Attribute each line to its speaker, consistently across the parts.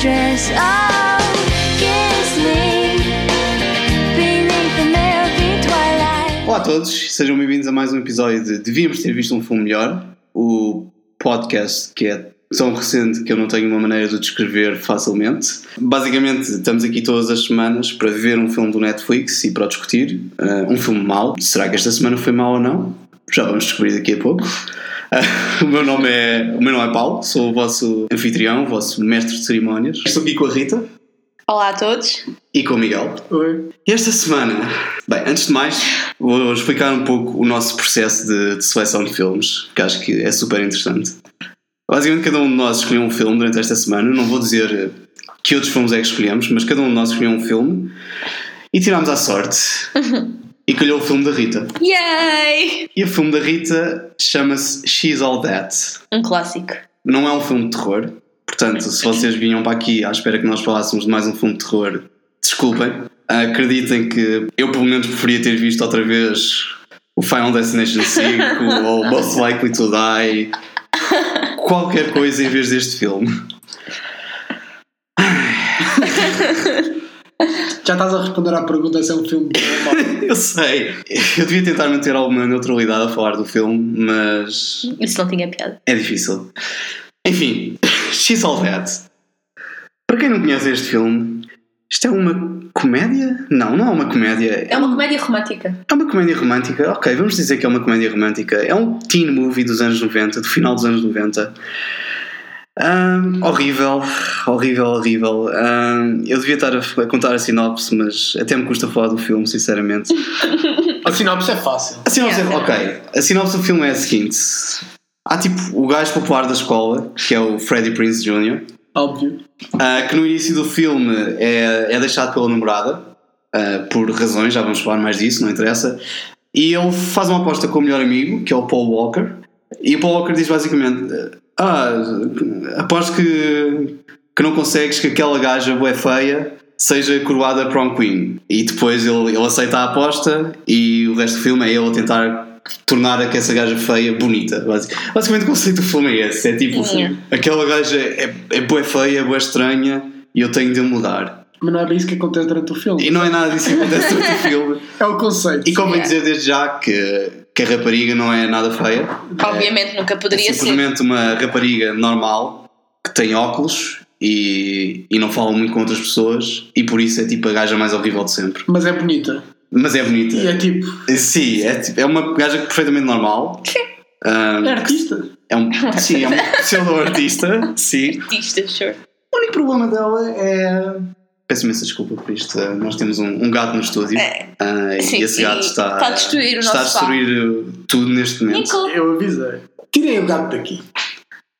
Speaker 1: kiss. Oh, kiss me beneath the milky twilight.
Speaker 2: Olá a todos, sejam bem-vindos a mais um episódio de Devíamos Ter Visto um Filme Melhor, o podcast que é tão recente que eu não tenho uma maneira de o descrever facilmente. Basicamente, estamos aqui todas as semanas para ver um filme do Netflix e para o discutir. Uh, um filme mau. Será que esta semana foi mau ou não? Já vamos descobrir daqui a pouco. Uh, o, meu nome é, o meu nome é Paulo, sou o vosso anfitrião, o vosso mestre de cerimónias. Estou aqui com a Rita.
Speaker 3: Olá a todos.
Speaker 2: E com o Miguel. Oi. E esta semana, bem, antes de mais, vou explicar um pouco o nosso processo de, de seleção de filmes, que acho que é super interessante. Basicamente, cada um de nós escolheu um filme durante esta semana. Eu Não vou dizer eh, que outros filmes é que escolhemos, mas cada um de nós escolheu um filme e tirámos à sorte. E calhou o filme da Rita.
Speaker 3: Yay!
Speaker 2: E o filme da Rita chama-se She's All That.
Speaker 3: Um clássico.
Speaker 2: Não é um filme de terror, portanto, se vocês vinham para aqui à espera que nós falássemos de mais um filme de terror, desculpem. Acreditem que eu, pelo menos, preferia ter visto outra vez o Final Destination 5 ou Most Likely to Die, qualquer coisa em vez deste filme.
Speaker 4: Já estás a responder à pergunta se é um filme bom ou mau.
Speaker 2: Eu sei, eu devia tentar manter alguma neutralidade a falar do filme, mas
Speaker 3: Isso não tinha piada.
Speaker 2: É difícil. Enfim, She's All That. Para quem não conhece este filme, isto é uma comédia? Não, não é uma comédia.
Speaker 3: É uma comédia romântica.
Speaker 2: É uma comédia romântica. Ok, vamos dizer que é uma comédia romântica. É um teen movie dos anos 90, do final dos anos 90. Ahm, horrível, horrível, horrível. Ahm, eu devia estar a, f- a contar a sinopse, mas até me custa falar do filme, sinceramente.
Speaker 4: A sinopse é fácil.
Speaker 2: A sinopse,
Speaker 3: Yeah.
Speaker 2: ok. A sinopse do filme é a seguinte: há tipo o gajo popular da escola, que é o Freddie Prince Jr.,
Speaker 4: Óbvio.
Speaker 2: ah, que no início do filme é, é deixado pela namorada, ah, por razões, já vamos falar mais disso, não interessa. E ele faz uma aposta com o melhor amigo, que é o Paul Walker, e o Paul Walker diz basicamente: Ah, aposto que, que não consegues que aquela gaja bué feia seja coroada prom queen. E depois ele, ele aceita a aposta e o resto do filme é ele a tentar tornar a que essa gaja feia bonita. Basi- Basicamente o conceito do filme é esse: é tipo,
Speaker 3: Yeah.
Speaker 2: aquela gaja é, é bué feia, é bué estranha e eu tenho de a mudar.
Speaker 4: Mas não é bem isso que acontece durante o filme.
Speaker 2: E não é nada disso que acontece durante o filme.
Speaker 4: É o conceito.
Speaker 2: E convém
Speaker 3: Yeah.
Speaker 2: dizer desde já que, que a rapariga não é nada feia.
Speaker 3: Obviamente nunca poderia
Speaker 2: É
Speaker 3: ser.
Speaker 2: simplesmente uma rapariga normal que tem óculos e, e não fala muito com outras pessoas e por isso é tipo a gaja mais horrível de sempre.
Speaker 4: Mas é bonita.
Speaker 2: Mas é bonita.
Speaker 4: E é tipo,
Speaker 2: Sim, é, tipo- é uma gaja perfeitamente normal. Ah,
Speaker 4: é artista.
Speaker 2: é um, sim, é um pseudo-artista. Sim.
Speaker 3: Artista, sure.
Speaker 2: O único problema dela é. Peço imensa desculpa por isto. ah, Nós temos um, um gato no estúdio ah,
Speaker 3: É. Sim,
Speaker 2: e esse
Speaker 3: e
Speaker 2: gato está,
Speaker 3: está a destruir o
Speaker 2: está a
Speaker 3: nosso sofá.
Speaker 2: destruir ah, tudo neste momento.
Speaker 3: Nico,
Speaker 4: Eu avisei. Tirem o gato daqui.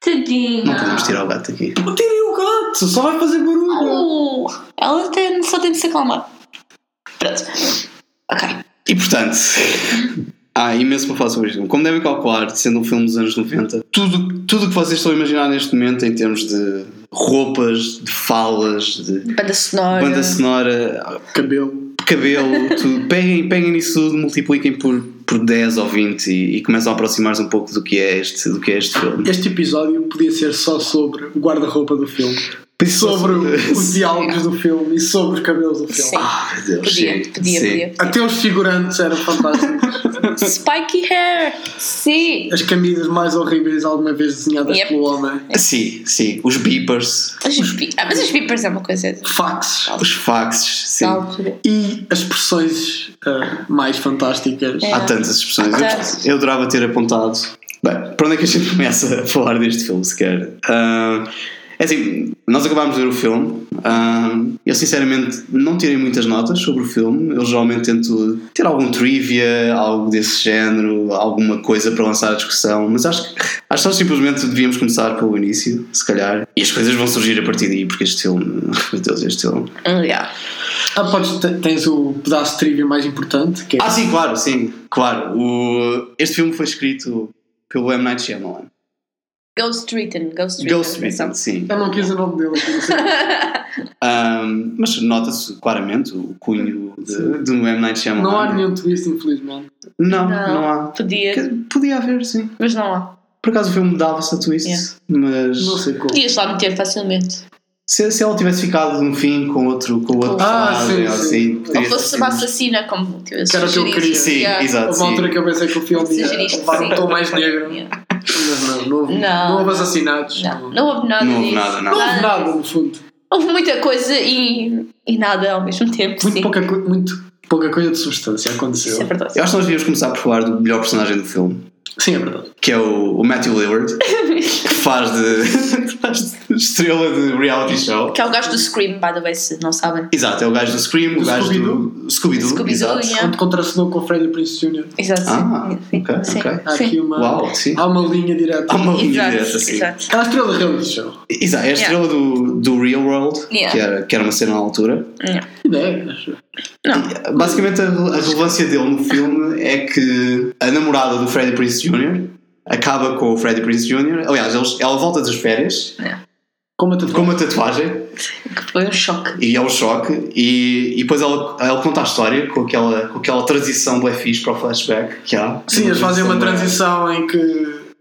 Speaker 3: tadinha.
Speaker 2: Não podemos tirar o gato daqui.
Speaker 4: Tirem o gato, só vai fazer barulho.
Speaker 3: Oh, ela tem- só tem de se acalmar. Pronto. Ok.
Speaker 2: E portanto, há imenso para falar sobre isto. Como devem calcular, sendo um filme dos anos 90, tudo tudo o que vocês estão a imaginar neste momento, em termos de roupas, de falas, de
Speaker 3: Banda sonora.
Speaker 2: banda sonora,
Speaker 4: Cabelo.
Speaker 2: cabelo, tudo, peguem, peguem nisso tudo, multipliquem por, por 10 ou 20 e, e começam a aproximar-se um pouco do que é este, do que é este filme.
Speaker 4: Este episódio podia ser só sobre o guarda-roupa do filme.
Speaker 2: Por isso-
Speaker 4: Sobre os diálogos do filme e sobre os cabelos do filme.
Speaker 3: Sim.
Speaker 2: Ah, meu Deus,
Speaker 3: Podia,
Speaker 2: sim,
Speaker 3: podia,
Speaker 2: sim.
Speaker 3: podia.
Speaker 4: Até os figurantes eram fantásticos.
Speaker 3: Spiky hair. Sim.
Speaker 4: As camisas mais horríveis alguma vez desenhadas
Speaker 3: Yep.
Speaker 4: pelo homem.
Speaker 2: Sim, sim. Os beepers,
Speaker 3: Os bi- ah, mas os beepers é uma coisa de
Speaker 4: Faxes.
Speaker 2: os faxes, sim.
Speaker 3: da altura.
Speaker 4: E as expressões ah, mais fantásticas.
Speaker 3: É.
Speaker 2: Há tantas expressões.
Speaker 3: Há
Speaker 2: Eu-
Speaker 3: tantas.
Speaker 2: Eu, adorava ter apontado. Bem, para onde é que a gente começa a falar deste filme sequer? Ah, é assim, nós acabámos de ver o filme. Ah, eu sinceramente não tirei muitas notas sobre o filme. Eu geralmente tento ter algum trivia, algo desse género, alguma coisa para lançar a discussão, mas acho que acho que nós simplesmente devíamos começar pelo início, se calhar. E as coisas vão surgir a partir daí, porque este filme, meu Deus, este filme.
Speaker 3: Ah, yeah.
Speaker 4: Ah, podes, te- tens o pedaço de trivia mais importante, que é
Speaker 2: Ah, sim, claro, sim, claro. O- este filme foi escrito pelo M. Night Shyamalan.
Speaker 3: Ghost written. Ghost written.
Speaker 2: Ghost Written, sim.
Speaker 4: eu não quis o nome dele aqui, não sei.
Speaker 2: Ahm, mas nota-se claramente o cunho de, de um M. Night Shyamalan.
Speaker 4: Não há nenhum É. twist, infelizmente.
Speaker 3: Não.
Speaker 2: Não, não há.
Speaker 3: Podia,
Speaker 2: Que- Podia haver, sim.
Speaker 3: mas não há.
Speaker 2: Por acaso o filme dava-se a twist,
Speaker 3: Yeah.
Speaker 2: mas.
Speaker 4: É. Não sei como.
Speaker 3: Podias lá meter facilmente.
Speaker 2: Se, se ela tivesse ficado no fim com outro, com outro
Speaker 4: Ah,
Speaker 2: personagem,
Speaker 4: sim,
Speaker 2: ou
Speaker 4: sim.
Speaker 2: assim,
Speaker 4: Ou
Speaker 5: Ou
Speaker 2: teria
Speaker 5: fosse
Speaker 2: sido-
Speaker 5: uma assassina, como tivesse
Speaker 4: Que era o que eu
Speaker 5: sugerido.
Speaker 4: queria.
Speaker 2: Sim,
Speaker 5: Yeah.
Speaker 2: exato.
Speaker 4: Houve uma
Speaker 2: sim.
Speaker 4: altura que eu pensei que o filme
Speaker 5: Sugeriste
Speaker 4: ia levar um
Speaker 5: sim.
Speaker 4: tom mais negro.
Speaker 5: Yeah.
Speaker 4: Mas não, não houve,
Speaker 5: Não.
Speaker 4: não houve assassinatos.
Speaker 5: Não, não houve nada
Speaker 2: Não houve
Speaker 5: disso.
Speaker 2: nada, não.
Speaker 4: Não houve nada, no fundo.
Speaker 5: Houve muita coisa e, e nada ao mesmo tempo,
Speaker 4: Muito
Speaker 5: sim.
Speaker 4: pouca, coi- muito pouca coisa de substância
Speaker 5: Isso é
Speaker 4: aconteceu.
Speaker 5: verdade.
Speaker 2: Eu acho que nós devíamos começar por falar do melhor personagem do filme,
Speaker 4: Sim, é verdade.
Speaker 2: que é o, o Matthew Lillard, que faz de, faz de estrela de reality show.
Speaker 5: Que é o gajo do Scream, by the way, se não sabem.
Speaker 2: Exato, é o gajo do Scream, o
Speaker 4: Do
Speaker 2: gajo do Scooby-Doo.
Speaker 5: Scooby-Doo,
Speaker 2: exato.
Speaker 5: yeah.
Speaker 4: Quando contracenou com o Freddy Prince Jr.,
Speaker 5: Exato, sim.
Speaker 2: Ah,
Speaker 5: sim.
Speaker 2: ok,
Speaker 5: sim.
Speaker 2: ok.
Speaker 4: há
Speaker 5: sim.
Speaker 4: aqui uma.
Speaker 2: Uau, sim.
Speaker 4: Há uma linha direta.
Speaker 2: Há uma linha
Speaker 5: Exato,
Speaker 2: direta, sim.
Speaker 5: exato.
Speaker 4: Aquela estrela de reality show.
Speaker 2: Exato, é a estrela do, do Real World,
Speaker 5: Yeah.
Speaker 2: que, era, que era uma cena na altura.
Speaker 4: Não é, acho.
Speaker 2: Basicamente, a, rele- a relevância dele no filme é que a namorada do Freddie Prince Jr. acaba com o Freddie Prince Jr. Aliás, eles- ela volta das férias
Speaker 4: Como a tatuagem.
Speaker 2: com uma tatuagem
Speaker 5: Que foi um choque.
Speaker 2: e é um choque. E, e depois ela, ela conta a história com aquela, com aquela transição bué fixe para o flashback que há.
Speaker 4: Sim, eles fazem uma
Speaker 2: bué-
Speaker 4: transição em que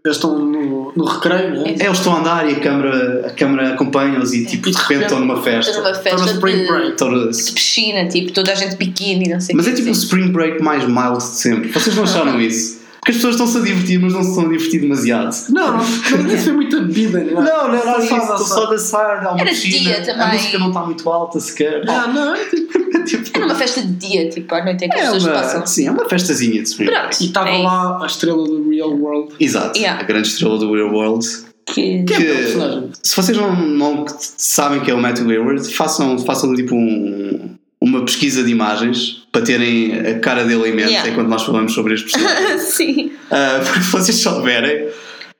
Speaker 4: eles estão no, no recreio, não é?
Speaker 2: É, Eles estão a andar e a câmara, a câmara acompanha-os e tipo, de repente estão numa
Speaker 5: Estou
Speaker 2: festa.
Speaker 5: numa
Speaker 4: Estão no
Speaker 5: festa
Speaker 4: Spring
Speaker 5: de,
Speaker 4: Break.
Speaker 2: Estão-
Speaker 5: de piscina, tipo, toda a gente de biquíni, não sei o
Speaker 2: Mas
Speaker 5: quê,
Speaker 2: é tipo o
Speaker 5: assim.
Speaker 2: spring break mais mild de sempre. Vocês não acharam isso? Porque as pessoas estão-se a divertir, mas não se estão a divertir demasiado.
Speaker 4: Não, não, não foi muita bebida, não é?
Speaker 2: Não, não era
Speaker 4: Só
Speaker 2: isso. Estou
Speaker 4: dançar.
Speaker 2: só a dançar, há uma
Speaker 5: Era
Speaker 2: piscina.
Speaker 5: dia também.
Speaker 2: A música não está muito alta sequer.
Speaker 4: Ah, não, é tipo-
Speaker 2: um
Speaker 5: É numa festa de dia, tipo, à noite em que as
Speaker 2: É
Speaker 5: pessoas
Speaker 2: uma,
Speaker 5: passam.
Speaker 2: sim, é uma festazinha de spring break.
Speaker 5: Pronto.
Speaker 4: E estava
Speaker 5: É
Speaker 4: lá a estrela do Real World.
Speaker 2: Exato,
Speaker 5: Yeah.
Speaker 2: a grande estrela do Weird World.
Speaker 5: Que...
Speaker 4: Que é o
Speaker 2: Que-
Speaker 4: personagem.
Speaker 2: Se vocês não, não sabem que é o Matthew Hayward, façam, façam tipo um- uma pesquisa de imagens para terem a cara dele em mente
Speaker 5: Yeah.
Speaker 2: enquanto nós falamos sobre este personagem.
Speaker 5: sim.
Speaker 2: Ah, porque vocês souberem,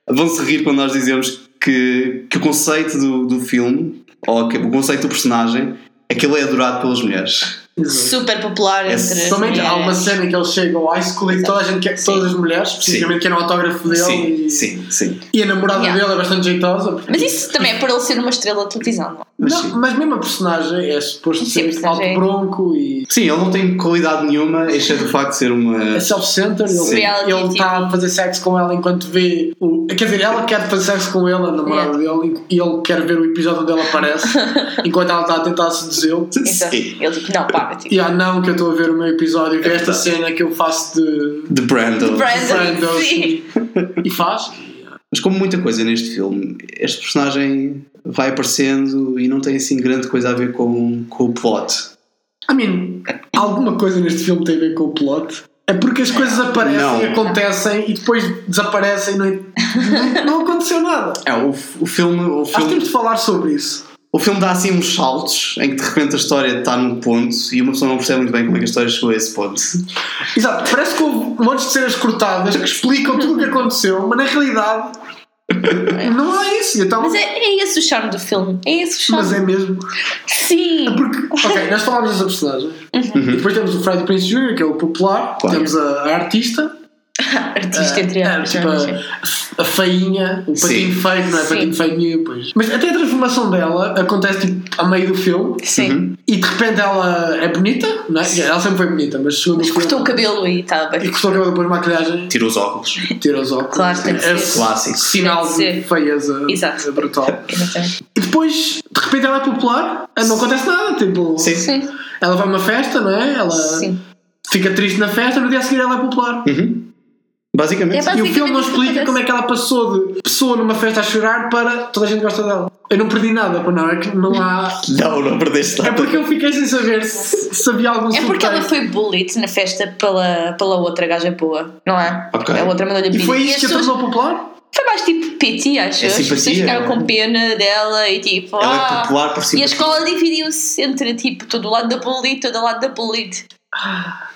Speaker 2: vão se rir quando nós dizemos que, que o conceito do, do filme, ou que o conceito do personagem, é que ele é adorado pelas mulhees.
Speaker 4: Exato.
Speaker 5: Super popular
Speaker 2: É
Speaker 5: entre as
Speaker 4: Somente há uma
Speaker 5: mulheres.
Speaker 4: cena que ele chega ao high school e toda a gente quer,
Speaker 5: Sim.
Speaker 4: todas as mulheres, especificamente, querem o autógrafo dele.
Speaker 2: Sim,
Speaker 4: e,
Speaker 2: sim, sim.
Speaker 4: e a namorada
Speaker 5: Yeah.
Speaker 4: dele é bastante jeitosa. porque-
Speaker 5: Mas isso também é por ele ser uma estrela de televisão, não? é?
Speaker 2: Mas
Speaker 4: Não,
Speaker 2: sim.
Speaker 4: mas mesmo a personagem é suposto
Speaker 5: Sim, a
Speaker 4: ser alto
Speaker 5: personagem é-
Speaker 4: bronco e
Speaker 2: Sim, ele não tem qualidade nenhuma, exceto o facto de ser uma.
Speaker 4: é self-centered.
Speaker 5: Sim.
Speaker 4: Ele
Speaker 5: Reality tipo.
Speaker 4: ele está a fazer sexo com ela enquanto vê. O, quer dizer, ela quer fazer sexo com ele, a namorada dele, e ele quer ver o episódio onde ela aparece, enquanto ela está a tentar seduzi-lo.
Speaker 5: Exato.
Speaker 2: Sim.
Speaker 5: Ele tipo, não, para, tipo.
Speaker 4: E ah, não, que eu estou a ver o meu episódio, que é esta
Speaker 2: verdade.
Speaker 4: cena que eu faço de.
Speaker 2: De Brandon.
Speaker 5: Brandon,
Speaker 4: Brandon,
Speaker 5: sim.
Speaker 4: E faz.
Speaker 2: Mas como muita coisa neste filme, este personagem vai aparecendo e não tem assim grande coisa a ver com, com o plot.
Speaker 4: I mean, alguma coisa neste filme tem a ver com o plot? É porque as coisas aparecem,
Speaker 2: Não.
Speaker 4: acontecem e depois desaparecem e não, é- não, não aconteceu nada.
Speaker 2: É, o, o filme. O
Speaker 4: Acho que
Speaker 2: filme
Speaker 4: temos de falar sobre isso.
Speaker 2: O filme dá assim uns saltos em que de repente a história está num ponto e uma pessoa não percebe muito bem como é que a história chegou a esse ponto.
Speaker 4: Exato, parece que houve um monte de cenas cortadas que explicam tudo o que aconteceu, mas na realidade não é isso. Então,
Speaker 5: Mas é, é esse o charme do filme. É esse o charme.
Speaker 4: mas é mesmo.
Speaker 5: Sim.
Speaker 4: É Porque, ok, nós falámos dessa personagem.
Speaker 2: Uhum.
Speaker 4: E depois temos o Freddie Prince Jr., que é o popular,
Speaker 2: Claro.
Speaker 4: temos a, a artista,
Speaker 5: Artista, entre
Speaker 4: É,
Speaker 5: aspas.
Speaker 4: tipo,
Speaker 5: não sei.
Speaker 4: a, a feinha, o
Speaker 2: Sim.
Speaker 4: patinho feio, não é?
Speaker 5: Sim.
Speaker 4: Patinho feio, miúdo, pois. Mas até a transformação dela acontece tipo, a meio do filme
Speaker 5: Sim.
Speaker 2: Uhum.
Speaker 4: e de repente ela é bonita, não é? Ela sempre foi bonita, mas segundo
Speaker 5: Mas
Speaker 4: o filme-
Speaker 5: cortou o cabelo e estava
Speaker 4: E
Speaker 5: bem.
Speaker 4: cortou o cabelo depois de maquilhagem,
Speaker 2: Tira os óculos.
Speaker 4: tira os óculos.
Speaker 5: Claro, tem que
Speaker 4: é
Speaker 5: ser.
Speaker 2: Clássico.
Speaker 4: sinal
Speaker 5: Tem que
Speaker 4: de
Speaker 5: ser.
Speaker 4: feieza
Speaker 5: Exato.
Speaker 4: brutal.
Speaker 5: Exatamente.
Speaker 4: E depois, de repente, ela é popular, não acontece nada. Tipo,
Speaker 2: Sim.
Speaker 5: Sim.
Speaker 4: ela vai a uma festa, não é? Ela
Speaker 5: Sim.
Speaker 4: fica triste na festa, no dia a seguir ela é popular.
Speaker 2: Uhum. Basicamente.
Speaker 5: É
Speaker 4: E o filme não
Speaker 5: Basicamente,
Speaker 4: explica
Speaker 5: acontece.
Speaker 4: como é que ela passou de pessoa numa festa a chorar para toda a gente gosta dela. Eu não perdi nada, pô, não, é que não há.
Speaker 2: Não, não perdeste
Speaker 4: É
Speaker 2: nada.
Speaker 4: porque eu fiquei sem saber se, se havia algum
Speaker 5: É porque ela
Speaker 4: sorteio.
Speaker 5: foi bullied na festa pela, pela outra gaja boa, não é?
Speaker 2: Ok.
Speaker 5: A outra mandou-lhe
Speaker 4: E
Speaker 5: pizza.
Speaker 4: foi isso
Speaker 5: as
Speaker 4: que a
Speaker 5: pessoas-
Speaker 4: tornou popular?
Speaker 5: Foi mais tipo pity, acho.
Speaker 2: É
Speaker 5: As pessoas
Speaker 2: simpatia.
Speaker 5: ficaram com pena dela e tipo.
Speaker 2: Ela é
Speaker 5: ah.
Speaker 2: popular por si.
Speaker 5: E a escola dividiu-se entre tipo todo o lado da bullied, todo o lado da bullied.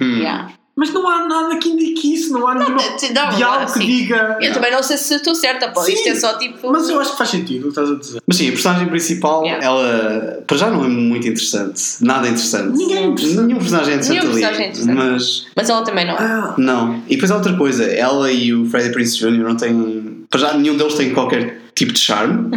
Speaker 2: Hum.
Speaker 5: Yeah.
Speaker 4: Mas não há nada que indique isso, não há nenhum
Speaker 5: te dá uma-
Speaker 4: diálogo que
Speaker 5: sim.
Speaker 4: diga.
Speaker 5: Eu também não sei se estou certa, pô.
Speaker 4: Sim.
Speaker 5: Isto é só tipo.
Speaker 4: Mas eu acho que faz sentido o que estás a dizer.
Speaker 2: Mas sim, a personagem principal,
Speaker 5: Yeah.
Speaker 2: ela para já não é muito interessante. Nada interessante.
Speaker 4: Ninguém é interessante.
Speaker 2: Nenhum personagem é interessante
Speaker 5: Nenhum
Speaker 2: ali.
Speaker 5: personagem é interessante.
Speaker 2: Mas
Speaker 5: Mas ela também não. é.
Speaker 4: Ah,
Speaker 2: não. E depois há outra coisa, ela e o Freddie Prince Jr. não têm. Para já nenhum deles tem qualquer tipo de charme.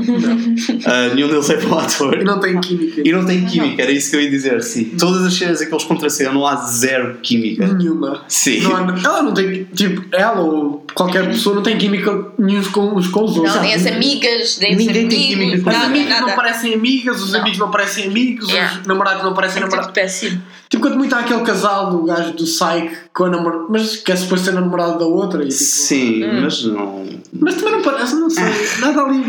Speaker 2: Ah, nenhum deles é para o ator.
Speaker 4: E não tem química
Speaker 2: E não tem química, era isso que eu ia dizer, sim. Todas as cenas em que eles contracenam há zero química.
Speaker 4: nenhuma.
Speaker 2: Sim.
Speaker 4: Hum. Não há- ela não tem, tipo, ela ou qualquer pessoa não tem química nenhum com uns com os outros.
Speaker 5: Não, nem as amigas, nem os
Speaker 2: Ninguém tem
Speaker 5: amigos,
Speaker 2: química com
Speaker 4: As
Speaker 5: nada,
Speaker 4: amigas não
Speaker 5: nada.
Speaker 4: parecem amigas, os
Speaker 5: Não.
Speaker 4: amigos não parecem amigos,
Speaker 5: Yeah.
Speaker 4: os namorados não parecem
Speaker 5: É
Speaker 4: namorados.
Speaker 5: tudo péssimo.
Speaker 4: Tipo, quanto muito há aquele casal do gajo do Psyche com a namorada, mas que é suposto ser namorado da outra. E, tipo,
Speaker 2: Sim, mas não.
Speaker 4: Mas também não parece, não sei, nada ali.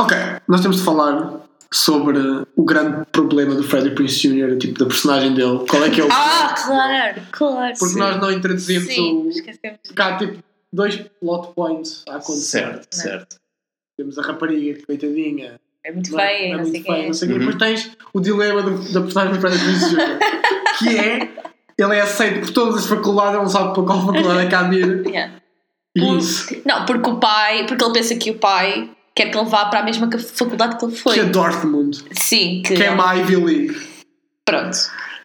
Speaker 4: Ok, nós temos de falar sobre o grande problema do Freddie Prinze Jr., tipo, da personagem dele. Qual é que é o.
Speaker 5: Ah, claro, claro.
Speaker 4: Porque
Speaker 2: sim.
Speaker 4: nós não introduzimos
Speaker 5: Sim,
Speaker 4: o.
Speaker 5: esquecemos.
Speaker 4: Porque há tipo dois plot points a acontecer.
Speaker 2: Certo, certo.
Speaker 4: Temos a rapariga, que coitadinha.
Speaker 5: É muito
Speaker 4: não é-
Speaker 5: feia,
Speaker 4: é
Speaker 5: não
Speaker 4: muito
Speaker 5: sei
Speaker 4: feia,
Speaker 5: quem é.
Speaker 4: não sei o quê.
Speaker 2: Uhum.
Speaker 4: Depois tens o dilema do- da personagem do Freddie Prinze Jr., que é. Ele é aceito por todas as faculdades, ele não sabe para qual faculdade é que há de ir.
Speaker 5: Yeah.
Speaker 4: E
Speaker 5: Por-
Speaker 4: isso.
Speaker 5: Não, porque o pai, porque ele pensa que o pai quer que ele vá para a mesma ca- faculdade que ele foi.
Speaker 4: Que é Dortmund,
Speaker 5: Sim, que, um
Speaker 4: que é uma Ivy League.
Speaker 5: pronto.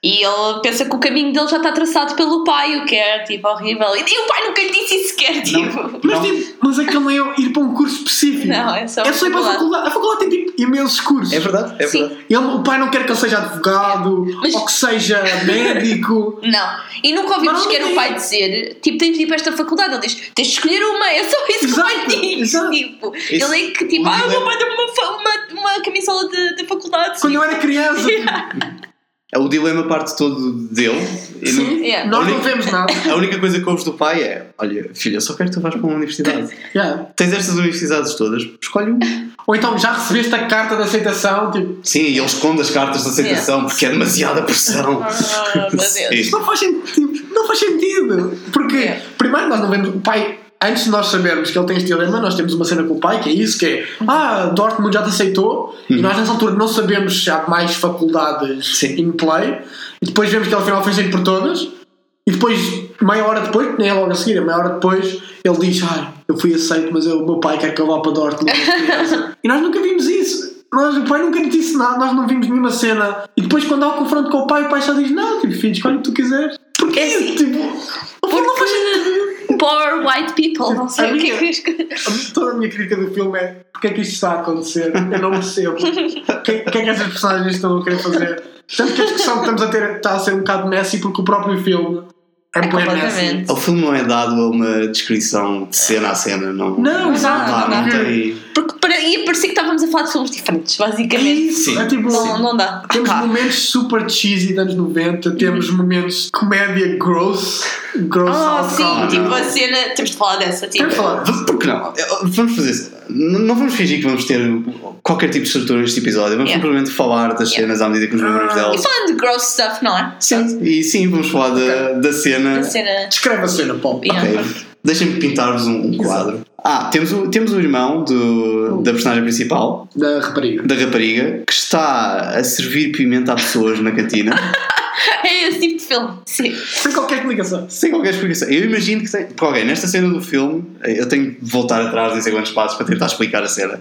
Speaker 5: E ele pensa que o caminho dele já está traçado pelo pai, o que é tipo horrível. E, e o pai nunca lhe disse isso sequer, tipo. Não,
Speaker 4: Mas,
Speaker 2: Não.
Speaker 4: tipo, mas aquele não é ir para um curso específico.
Speaker 5: é só.
Speaker 4: É só ir para a faculdade. A faculdade tem tipo imensos cursos.
Speaker 2: É verdade, é
Speaker 5: Sim.
Speaker 2: verdade.
Speaker 4: Ele- o pai não quer que ele seja advogado
Speaker 5: Mas-
Speaker 4: ou que seja médico.
Speaker 5: Não, e nunca ouvimos
Speaker 4: Mas não
Speaker 5: sequer
Speaker 4: tem.
Speaker 5: o pai dizer, tipo, tens de ir para esta faculdade. Ele diz, tens de escolher uma, é só isso que o
Speaker 4: Exato,
Speaker 5: pai diz.
Speaker 4: exato.
Speaker 5: Tipo,
Speaker 2: Isso-
Speaker 5: ele é que, tipo,
Speaker 2: o
Speaker 5: ah, o meu
Speaker 2: dilema-
Speaker 5: pai deu uma, fa- uma, uma camisola de, de faculdade.
Speaker 4: Quando eu era criança, tipo,
Speaker 2: É O dilema parte todo dele. E não-
Speaker 4: sim,
Speaker 5: Yeah.
Speaker 4: nós
Speaker 2: Olha-
Speaker 4: não vemos nada.
Speaker 2: A única coisa que ouves do pai é: olha, filha, só quero que tu vás para uma universidade.
Speaker 4: Yeah.
Speaker 2: Tens estas universidades todas, escolhe uma.
Speaker 4: Ou então já recebeste a carta de aceitação, tipo,
Speaker 2: Sim, e ele esconde as cartas de aceitação porque é demasiada pressão.
Speaker 5: Ah, meu Deus.
Speaker 2: Sim.
Speaker 4: não faz sentido. Não faz sentido. Porque
Speaker 5: Yeah.
Speaker 4: primeiro nós não vemos o pai. Antes de nós sabermos que ele tem este dilema, nós temos uma cena com o pai, que é isso, que é Ah, Dortmund já te aceitou, e nós nessa altura não sabemos se há mais faculdades
Speaker 2: Sim.
Speaker 4: in play, e depois vemos que ele afinal foi aceito por todas, E depois, meia hora depois, nem é logo a seguir, meia hora depois, ele diz: Ai, eu fui aceito, mas eu- o meu pai quer que eu vá para Dortmund. e nós nunca vimos isso. Nós, o pai nunca lhe disse nada, nós não vimos nenhuma cena. E depois, quando há o confronto com o pai, o pai só diz: Não, tipo, filho, escolhe o que tu quiseres. Porquê?
Speaker 5: É assim.
Speaker 4: Tipo, não faz
Speaker 5: Porque poor white people, não sei o que é que eu escolhi.
Speaker 4: sentido. Toda a minha crítica do filme é: Porquê é que isto está a acontecer? Eu não percebo. O que, o que é que essas personagens estão a querer fazer? Tanto que a discussão que estamos a ter está a ser um bocado messy, porque o próprio filme é,
Speaker 5: É
Speaker 4: bué messy.
Speaker 5: completamente.
Speaker 2: O filme não é dado a uma descrição de cena a cena, não.
Speaker 4: Não, exato.
Speaker 2: dá, não tem.
Speaker 5: Porque para, ia parecer que estávamos a falar de filmes diferentes, basicamente.
Speaker 4: Isso,
Speaker 2: Sim,
Speaker 4: é tipo.
Speaker 5: Não, não dá.
Speaker 4: Temos
Speaker 5: Pá.
Speaker 4: momentos super cheesy de anos 90, temos momentos de comédia gross, gross
Speaker 5: Uhum. Ah,
Speaker 4: out
Speaker 5: sim,
Speaker 4: comedy.
Speaker 5: tipo a cena. Temos de falar dessa, tipo.
Speaker 4: Quero falar.
Speaker 2: V- Por que não? Eh, Vamos fazer isso. N- Não vamos fingir que vamos ter qualquer tipo de estrutura neste episódio. Vamos
Speaker 5: Yeah.
Speaker 2: simplesmente falar das
Speaker 5: Yeah.
Speaker 2: cenas à medida que nos lembramos
Speaker 5: E
Speaker 2: delas.
Speaker 5: falando de gross stuff, não é?
Speaker 2: Sim, e sim, vamos falar da, da cena.
Speaker 5: A cena.
Speaker 4: Descreve a cena, Paulo.
Speaker 5: Yeah.
Speaker 2: Ok, deixem-me pintar-vos um, um quadro. Ah, temos o, temos o irmão do, da personagem principal,
Speaker 4: Da rapariga.
Speaker 2: da rapariga, que está a servir pimenta a pessoas na cantina.
Speaker 5: É esse tipo de filme. Sim.
Speaker 4: Sem qualquer explicação.
Speaker 2: Sem qualquer explicação. Eu imagino que tem. Porque, ok, nesta cena do filme, eu tenho de voltar atrás não sei quantos passos para tentar explicar a cena.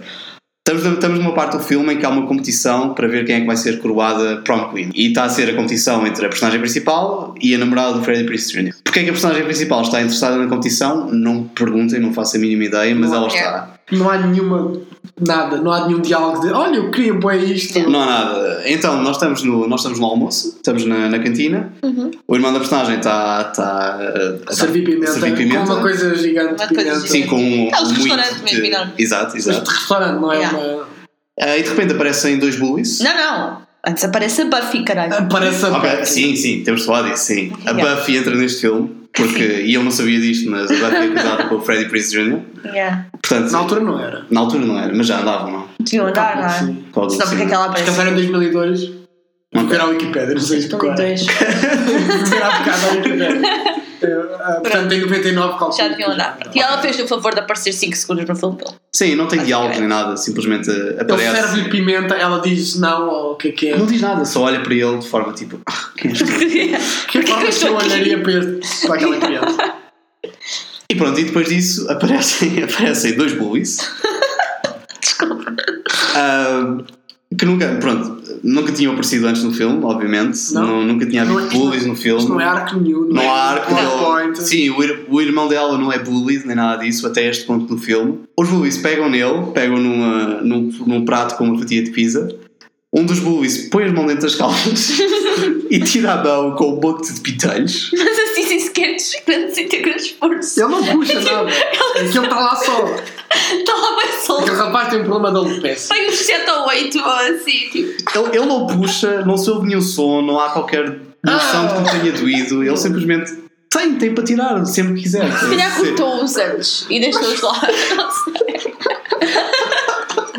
Speaker 2: Estamos, estamos numa parte do filme em que há uma competição para ver quem é que vai ser coroada prom queen. E está a ser a competição entre a personagem principal e a namorada do Freddie Prinze Jr. Porquê é que a personagem principal está interessada na competição? Não perguntem, não faço a mínima ideia, mas
Speaker 4: Não
Speaker 2: ela
Speaker 5: é.
Speaker 2: está.
Speaker 4: Não há nenhuma. Nada, não há nenhum diálogo de olha, eu queria bem isto.
Speaker 2: Não há nada. Então, nós estamos no, nós estamos no almoço, estamos na, na cantina.
Speaker 4: Uhum.
Speaker 2: O irmão da personagem está, está eh, a
Speaker 4: Servir pimenta,
Speaker 2: servir
Speaker 4: com uma coisa gigante
Speaker 5: Uma
Speaker 4: de
Speaker 5: coisa
Speaker 4: pimenta.
Speaker 5: gigante.
Speaker 2: Sim, com um.
Speaker 5: Aqueles
Speaker 2: muito
Speaker 5: restaurantes
Speaker 2: de-
Speaker 5: mesmo enormes.
Speaker 2: Exato,
Speaker 4: Mas de
Speaker 2: exato.
Speaker 4: restaurante, não é
Speaker 5: Yeah.
Speaker 4: uma.
Speaker 2: Ah, e de repente aparecem dois bullies.
Speaker 5: Não, não. Antes aparece a Buffy, caralho.
Speaker 4: Parece a.
Speaker 2: Ok, sim, sim, temos de falar disso, sim. A
Speaker 5: Yeah.
Speaker 2: Buffy entra neste filme, porque. E eu não sabia disto, mas a Buffy é acusada pelo Freddie Prinze Jr.
Speaker 5: Yeah.
Speaker 2: Portanto,
Speaker 4: Na altura não era.
Speaker 2: na altura não era, mas já andavam, não?
Speaker 5: Deviam andar, não é?
Speaker 4: Sim.
Speaker 2: Qual do
Speaker 5: Só porque
Speaker 2: cinema?
Speaker 5: aquela
Speaker 4: Acho que é
Speaker 5: aparece.
Speaker 4: essa era em 2002. Vou ver a Wikipedia, não sei se
Speaker 5: Dois,
Speaker 4: decorar.
Speaker 5: dois.
Speaker 4: Será um bocado a Wikipedia. Eh, ah, Portanto, em 99 calculo.
Speaker 5: Já deviam andar. E ela fez o favor de aparecer 5 segundos no filme dele.
Speaker 2: Sim, não tem diálogo nem nada, simplesmente ah,
Speaker 4: Ele
Speaker 2: aparece.
Speaker 4: serve-lhe pimenta, ela diz não, ou o que é que é?
Speaker 2: Não diz nada, só olha para ele de forma tipo. "Ah, quem és tu?"
Speaker 4: Que
Speaker 5: Porquê
Speaker 4: forma
Speaker 5: que eu
Speaker 4: que eu
Speaker 5: estou aqui?
Speaker 4: olharia para, este, para aquela criança?
Speaker 2: E pronto, e depois disso aparecem, aparecem dois bullies.
Speaker 5: Desculpa.
Speaker 2: Ah, que nunca, pronto, nunca tinham aparecido antes no filme, obviamente.
Speaker 4: Não.
Speaker 2: Nu- nunca tinha
Speaker 4: Não,
Speaker 2: havido
Speaker 4: isto não-
Speaker 2: bullies no filme.
Speaker 4: Isto não é arco nenhum.
Speaker 2: Não
Speaker 4: é
Speaker 2: há arco
Speaker 4: plot
Speaker 2: dele.
Speaker 4: point.
Speaker 2: Sim, o, ir- o irmão dela não é bullied nem nada disso, até este ponto do filme. Os bullies pegam nele, pegam numa, num, num prato com uma fatia de pizza. Um dos bullies põe as mãos dentro das calças e tira a mão com um monte de pitalhos.
Speaker 5: Mas assim, sem sequer despedir, sem ter grande esforço.
Speaker 4: Ele não puxa
Speaker 5: Tipo,
Speaker 4: nada. É que ele está lá só.
Speaker 5: Está lá bem solto.
Speaker 4: Aquele rapaz tem um problema de alopecia.
Speaker 5: Tem uns 7 ou 8 ou assim, tipo.
Speaker 2: Ele, ele não puxa, não se ouve nenhum som, não há qualquer noção de que lhe tenha doído. Ele simplesmente tem, tem para tirar sempre que quiser.
Speaker 5: Se calhar cortou-os antes e deixou-os lá. Não sei.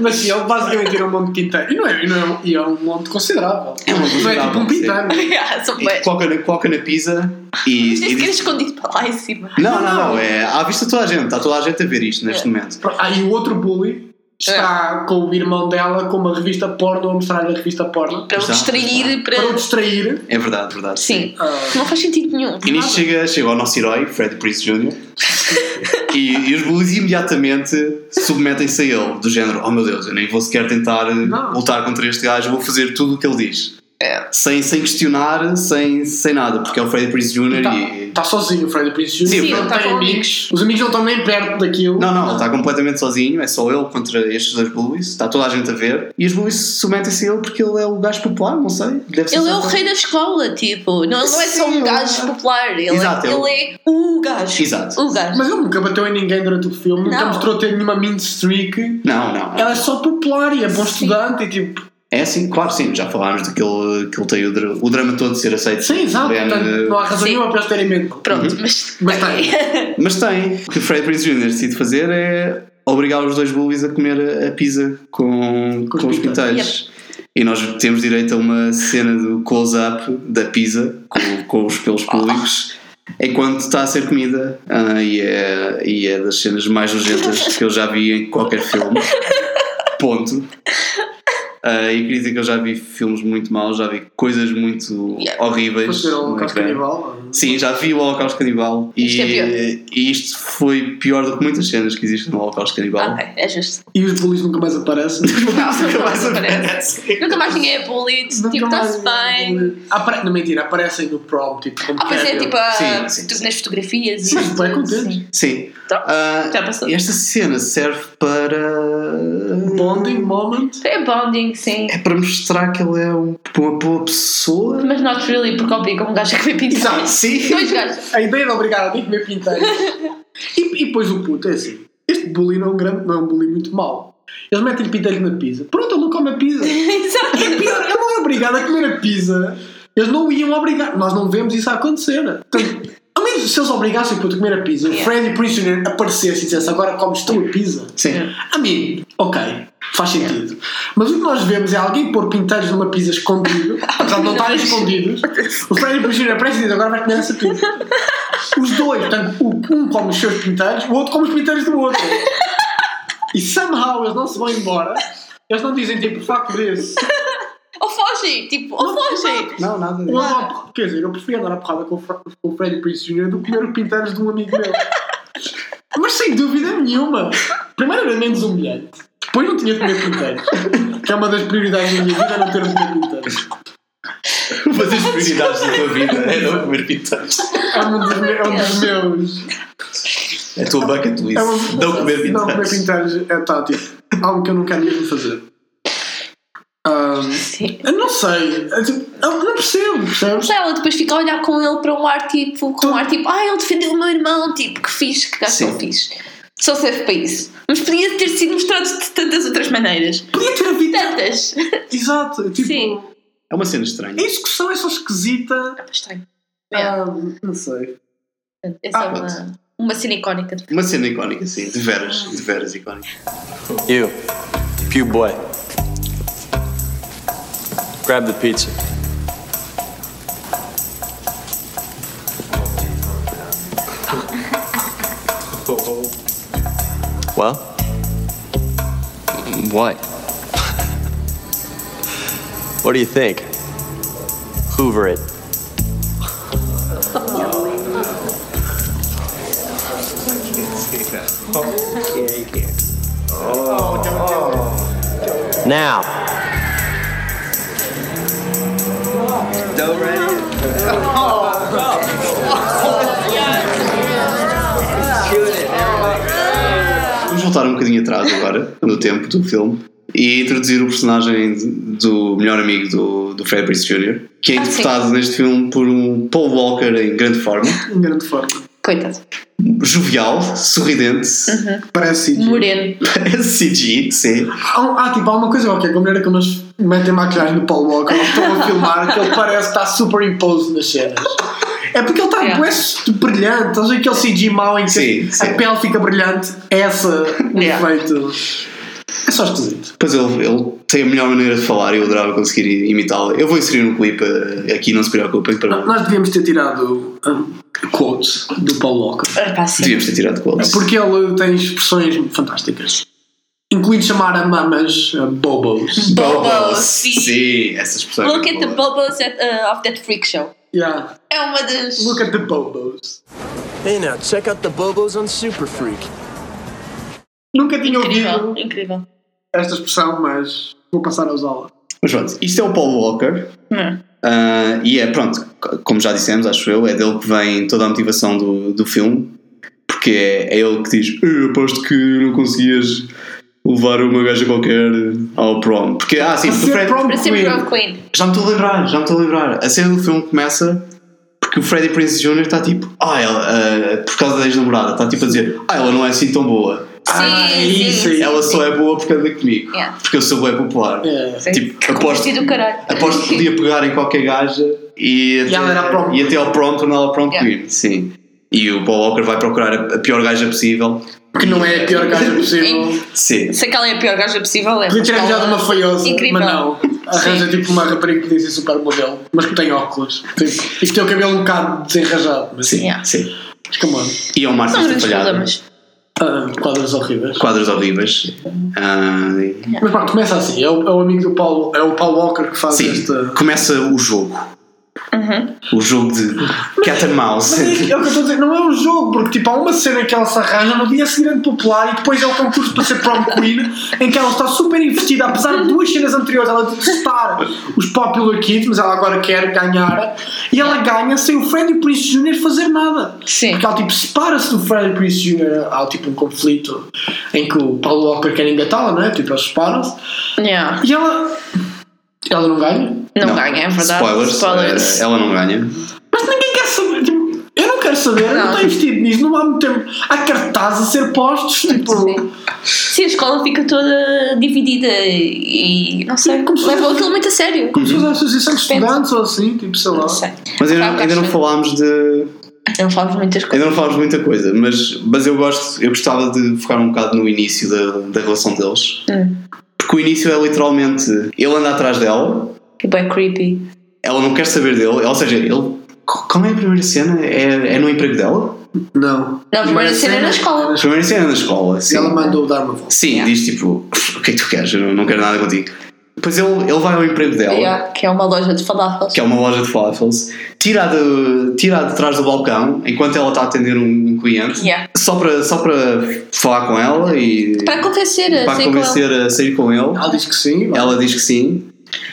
Speaker 4: Mas sim, ele basicamente tira um monte de quinteiro. E não é, e não é, um- e é um monte considerável.
Speaker 2: É um monte
Speaker 4: Não é tipo
Speaker 2: considerável,
Speaker 4: um
Speaker 2: sim.
Speaker 4: pintar.
Speaker 5: Ah, São
Speaker 2: E
Speaker 5: bem.
Speaker 2: coloca, na- coloca na pizza e. e
Speaker 5: Mas nem sequer
Speaker 2: diz-
Speaker 5: escondido para lá em cima.
Speaker 2: Não, não, não, é à vista de toda a gente, está toda a gente a ver isto
Speaker 5: É.
Speaker 2: neste momento.
Speaker 4: Aí Ah, o outro bully está com o irmão dela com uma revista porno a mostrar-lhe a revista porno
Speaker 5: Para o
Speaker 2: Está,
Speaker 5: distrair, para.
Speaker 4: para o distrair.
Speaker 2: É verdade, verdade.
Speaker 5: Sim.
Speaker 4: Ah,
Speaker 5: Não faz sentido nenhum.
Speaker 2: E nisto chega, chega o nosso herói, Fred Priest Jr. e, e os bullies imediatamente submetem-se a ele, do género: Oh meu Deus, eu nem vou sequer tentar eh,
Speaker 4: Não.
Speaker 2: lutar contra este gajo, vou fazer tudo o que ele diz.
Speaker 5: É.
Speaker 2: Sem, sem questionar, sem, sem nada, porque é o Fred Priest Jr.
Speaker 5: Então,
Speaker 4: Está
Speaker 2: e.
Speaker 4: está Tá sozinho o Freddy Prince Jr.
Speaker 2: Sim,
Speaker 4: ele
Speaker 2: ele
Speaker 4: não
Speaker 5: está
Speaker 4: tem
Speaker 5: tá com
Speaker 4: amigos. Os amigos não estão nem perto daquilo.
Speaker 2: Não, não, ele está completamente sozinho, é só ele contra estes dois bullies, está toda a gente a ver. E os bullies submetem-se a ele porque ele é o gajo popular, não sei. Deve ser
Speaker 5: Ele é o
Speaker 2: certo.
Speaker 5: rei da escola, tipo. Não, ele não é só
Speaker 2: Sim,
Speaker 5: um gajo
Speaker 2: ele-
Speaker 5: popular. Ele,
Speaker 2: Exato,
Speaker 5: é,
Speaker 2: ele-
Speaker 5: ele é o gajo.
Speaker 2: Exato.
Speaker 5: O gajo.
Speaker 4: Mas ele nunca bateu em ninguém durante o filme, nunca
Speaker 5: Não.
Speaker 4: mostrou ter nenhuma mean streak.
Speaker 2: Não, não.
Speaker 4: Ela é só popular e é bom estudante e tipo.
Speaker 2: É assim, claro, sim, já falámos daquele que ele tem o, dra- o drama todo de ser aceito.
Speaker 4: Sim, exato.
Speaker 2: Bem,
Speaker 4: Portanto,
Speaker 2: eh,
Speaker 4: não há razão
Speaker 5: Sim.
Speaker 4: nenhuma para eles terem medo.
Speaker 2: Uhum,
Speaker 5: Pronto, mas.
Speaker 4: Mas tá, é tem.
Speaker 2: Mas tem. O que o Fred Prince Jr. decide fazer é obrigar os dois bullies a comer a, a pizza com,
Speaker 4: Com
Speaker 2: com,
Speaker 4: os
Speaker 2: os pintelhos. E nós temos direito a uma cena do close-up da pizza com, com os pelos públicos. Enquanto está a ser comida, Ah, e, é, e é das cenas mais nojentas que eu já vi em qualquer filme. Ponto. Ah, e queria dizer que eu já vi filmes muito maus, já vi coisas muito
Speaker 5: Yeah.
Speaker 2: horríveis.
Speaker 4: Depois
Speaker 2: no
Speaker 4: um caso
Speaker 2: ecrã.
Speaker 4: canibal.
Speaker 2: Sim, já vi o Holocausto Canibal e,
Speaker 5: Isto é pior.
Speaker 2: e isto foi pior do que muitas cenas que existem no Holocausto Canibal.
Speaker 5: Ok, é justo.
Speaker 4: E os bullies nunca mais aparecem.
Speaker 2: Nunca mais
Speaker 5: aparece.
Speaker 2: aparece.
Speaker 5: Nunca mais ninguém é bullied. Tipo, está-se bem.
Speaker 4: Apare... Não, mentira, aparecem no prom, tipo, como
Speaker 5: Ah, pois é,
Speaker 4: prémio.
Speaker 5: tipo, ah,
Speaker 2: é Sim, sim,
Speaker 5: tu- nas fotografias e.
Speaker 4: Sim, bem contentes.
Speaker 5: Sim.
Speaker 2: Sim.
Speaker 5: Então,
Speaker 2: Ah,
Speaker 5: já passou.
Speaker 2: esta cena serve para.
Speaker 4: Um Bonding moment.
Speaker 5: É bonding, sim.
Speaker 2: É para mostrar que ele é um- uma boa pessoa.
Speaker 5: Mas not really, porque obriga um gajo a comer pizza.
Speaker 4: Exato,
Speaker 2: sim.
Speaker 5: Dois gajos.
Speaker 4: A ideia de obrigar alguém a comer pinteiro. e, e depois o puto é assim: este bullying não é um, grande, não é um bullying muito mau. Eles metem pinteiro na pizza. Pronto, ele não come a pizza.
Speaker 5: Exato.
Speaker 4: É pior, ele não é obrigado a comer a pizza. Eles não o iam obrigar. Nós não vemos isso a acontecer. Portanto, ao menos se eles obrigassem o puto a comer a pizza, o
Speaker 5: Yeah.
Speaker 4: Freddy Prisoner aparecesse e dissesse agora comes tu a pizza.
Speaker 2: Sim.
Speaker 4: A mim, ok, faz sentido. Mas o que nós vemos é alguém pôr pintelhos numa pizza escondido, apesar de não estarem escondidos. O Freddy Brasileiro aparece e diz: agora vai comer essa pizza. Os dois, portanto, o- um come os seus pintelhos, o outro come os pintelhos do outro. E somehow eles não se vão embora. Eles não dizem tipo, fuck this.
Speaker 5: Ou fogem, tipo, ou fogem.
Speaker 2: Não, nada
Speaker 4: Ou andam a- Quer dizer, eu prefiro andar a porrada com o, Fra- com o Freddy Prince Jr. do que comer os pintelhos de um amigo meu. Mas sem dúvida nenhuma. Primeiro era menos humilhante. Depois não tinha de comer pintelhos. Que é uma das prioridades da minha vida, não ter de comer pintelhos.
Speaker 2: Mas as prioridades da tua vida é não comer pintados.
Speaker 4: É um dos, me- é um dos meus.
Speaker 2: É a tua bucket list.
Speaker 4: É um,
Speaker 2: Não comer
Speaker 4: Não comer
Speaker 2: pintados.
Speaker 4: pintelhos é tático. Algo que eu não quero mesmo fazer. Ahm,
Speaker 5: Sim.
Speaker 4: eu não sei. Eu, tipo, eu não percebo, percebes?
Speaker 5: Mas ela depois fica a olhar com ele para um ar tipo, com um ar tipo, ah, ele defendeu o meu irmão, tipo, que fixe, que gajo
Speaker 2: Sim.
Speaker 5: tão fixe. Só serve para isso. Mas podia ter sido mostrado de tantas outras maneiras.
Speaker 4: Podia ter havido.
Speaker 5: Tantas.
Speaker 4: Exato. Tipo,
Speaker 5: Sim.
Speaker 2: É uma cena estranha.
Speaker 4: A execução é só esquisita.
Speaker 5: Estranho.
Speaker 4: Ahm, Ah, não sei.
Speaker 5: É só
Speaker 4: Ah,
Speaker 5: uma, uma cena icónica.
Speaker 2: Uma cena icónica, sim. De veras, de veras icónica.
Speaker 6: You, pew boy. Grab the pizza. Well? What? what do you think? Hoover it. Now. Do re.
Speaker 2: Vamos voltar um bocadinho atrás agora, no tempo do filme, e introduzir o personagem de- do melhor amigo do, do Fred Prinze Jr., que é
Speaker 5: Ah, sim.
Speaker 2: interpretado neste filme por um Paul Walker em grande forma,
Speaker 4: Em Um grande forma.
Speaker 5: Coitado.
Speaker 2: jovial, sorridente,
Speaker 5: Uhum.
Speaker 4: Parece CG.
Speaker 5: Moreno.
Speaker 2: parece CG, sim.
Speaker 4: Há, há, tipo, há uma coisa qualquer, com a maneira como eles metem maquilhagem no Paul Walker, ou estão a filmar, que ele parece que está super imposto nas cenas. É porque ele está
Speaker 5: Yeah.
Speaker 4: é brilhante, estás a ver aquele CG mau em que
Speaker 2: Sim,
Speaker 4: a
Speaker 2: sim.
Speaker 4: pele fica brilhante, é essa o
Speaker 5: Yeah.
Speaker 4: efeito. É só esquisito.
Speaker 2: Pois ele, ele tem a melhor maneira de falar e eu adorava conseguir imitá-lo. Eu vou inserir um clipe eh, aqui, não se preocupem, para
Speaker 4: Nós devíamos ter tirado hum, quotes do Paul Walker.
Speaker 5: Epá, Ah, sim.
Speaker 2: devíamos ter tirado quotes.
Speaker 4: Porque ele tem expressões fantásticas. Incluindo chamar a mamas uh, bobos.
Speaker 5: Bobos, sim.
Speaker 2: Sim, essas pessoas.
Speaker 5: Look at the bobos at, uh, of that freak show.
Speaker 4: Yeah.
Speaker 5: É uma das.
Speaker 4: Look at the bobos.
Speaker 6: Hey now, check out the Bobos on Super Freak.
Speaker 4: Nunca tinha
Speaker 5: Incrível,
Speaker 4: ouvido
Speaker 5: incrível.
Speaker 4: esta expressão, mas vou passar a usá-la.
Speaker 2: Mas pronto, isto é o Paul Walker.
Speaker 5: É.
Speaker 2: Ah, e é, pronto, c- como já dissemos, acho eu, é dele que vem toda a motivação do, do filme. Porque é, é ele que diz: Eu aposto que não conseguias levar uma gaja qualquer ao prom. Porque, ah, sim,
Speaker 4: Para
Speaker 2: do
Speaker 4: ser
Speaker 2: Fred,
Speaker 4: prom
Speaker 5: Para ser
Speaker 4: queen.
Speaker 5: Prom Queen.
Speaker 2: já me estou a lembrar, já me estou a lembrar. A cena do filme começa porque o Freddie Prince Jr. está tipo: Ah, ela, ah, por causa da ex-namorada, está tipo a dizer: Ah, ela não é assim tão boa.
Speaker 4: Ah,
Speaker 5: sim,
Speaker 4: isso aí.
Speaker 5: sim.
Speaker 2: Ela só é boa por causa de comigo.
Speaker 5: Yeah.
Speaker 2: Porque eu sou boa popular.
Speaker 4: É.
Speaker 5: Sim.
Speaker 2: Tipo, aposto,
Speaker 5: Aposto. do caralho.
Speaker 2: aposto que podia pegar em qualquer gaja e, até,
Speaker 4: ela era a prom.
Speaker 2: e até ao prom torná-la prom
Speaker 5: Yeah.
Speaker 2: queen. Sim. E o Paul Walker vai procurar a, a pior gaja possível.
Speaker 4: Que não é a pior gaja possível.
Speaker 2: Sim.
Speaker 5: Sei que ela é a pior gaja possível. É
Speaker 4: Podia ter
Speaker 5: mas
Speaker 4: arranjado
Speaker 5: ela-
Speaker 4: uma feiosa,
Speaker 5: Incrível.
Speaker 4: mas não. Arranja tipo uma rapariga que podia ser super modelo, mas que tem óculos. Tipo, e que tem o cabelo um bocado desenrajado. Mas
Speaker 2: Sim.
Speaker 5: Yeah.
Speaker 2: Sim.
Speaker 4: mas come on.
Speaker 2: E é um
Speaker 5: São
Speaker 2: Márcio
Speaker 5: grandes
Speaker 2: atrapalhado.
Speaker 5: problemas.
Speaker 4: Ah, quadros horríveis.
Speaker 2: Quadros horríveis. Ah, e-
Speaker 4: Mas pronto, começa assim. É o, é o amigo do Paulo, é o Paulo Walker que faz
Speaker 2: sim.
Speaker 4: esta.
Speaker 2: Começa o jogo.
Speaker 5: Uhum.
Speaker 2: O jogo de Cat and
Speaker 4: Mas é,
Speaker 2: Mouse.
Speaker 4: é o que eu estou a dizer, não é um jogo, porque tipo, há uma cena que ela se arranja no dia seguinte popular e depois é o concurso para ser prom queen em que ela está super investida, apesar de duas cenas anteriores ela detestar os popular kids, mas ela agora quer ganhar e ela ganha sem o Freddie Prince Jr. fazer nada.
Speaker 5: Sim.
Speaker 4: Porque ela tipo, separa-se do Freddie Prince Jr. Há tipo um conflito em que o Paulo Walker quer engatá-la, não é? Tipo, eles separam-se
Speaker 5: Yeah.
Speaker 4: e ela. Ela não ganha.
Speaker 5: Não, ganha, é verdade.
Speaker 2: Spoilers.
Speaker 5: Spoilers.
Speaker 2: eh, Ela não ganha.
Speaker 4: Mas ninguém quer saber. tipo, eu não quero saber, eu não
Speaker 5: Não.
Speaker 4: estou investido nisso, não há muito tempo. Há cartazes a ser postos, tipo.
Speaker 5: Sim. Sim, a escola fica toda dividida e não sei,
Speaker 4: Como se-
Speaker 5: levou aquilo muito a sério.
Speaker 4: Como se fosse a associação de estudantes ou assim, tipo, sei lá.
Speaker 5: Não sei.
Speaker 2: Mas ainda,
Speaker 5: Sabe,
Speaker 2: ainda não
Speaker 5: acho-
Speaker 2: falámos de.
Speaker 5: Não falas muitas coisas.
Speaker 2: Ainda não falámos muita coisa, mas, mas eu gosto, eu gostava de focar um bocado no início da, da relação deles. Porque o início é literalmente ele anda atrás dela,
Speaker 5: E bem é creepy.
Speaker 2: ela não quer saber dele, ou seja, ele. qu- Qual é a primeira cena? É, é no emprego dela?
Speaker 4: Não.
Speaker 5: Não, a primeira cena é na escola.
Speaker 2: A primeira cena é na escola. Sim,
Speaker 4: Ela mandou dar uma volta.
Speaker 2: sim
Speaker 5: Yeah.
Speaker 2: diz tipo: O que é que tu queres? Eu não- não quero nada contigo. Depois ele, ele vai ao emprego dela,
Speaker 5: Yeah, que é uma loja de falafels.
Speaker 2: que é uma loja de falafels, tira de, tira de trás do balcão enquanto ela está a atender um cliente.
Speaker 5: Yeah.
Speaker 2: Só para, só para falar com ela e
Speaker 5: Para convencer a
Speaker 2: para
Speaker 5: sair com ele.
Speaker 2: convencer a eh, sair com ele.
Speaker 4: Ela diz que sim. vai.
Speaker 2: Ela diz que sim.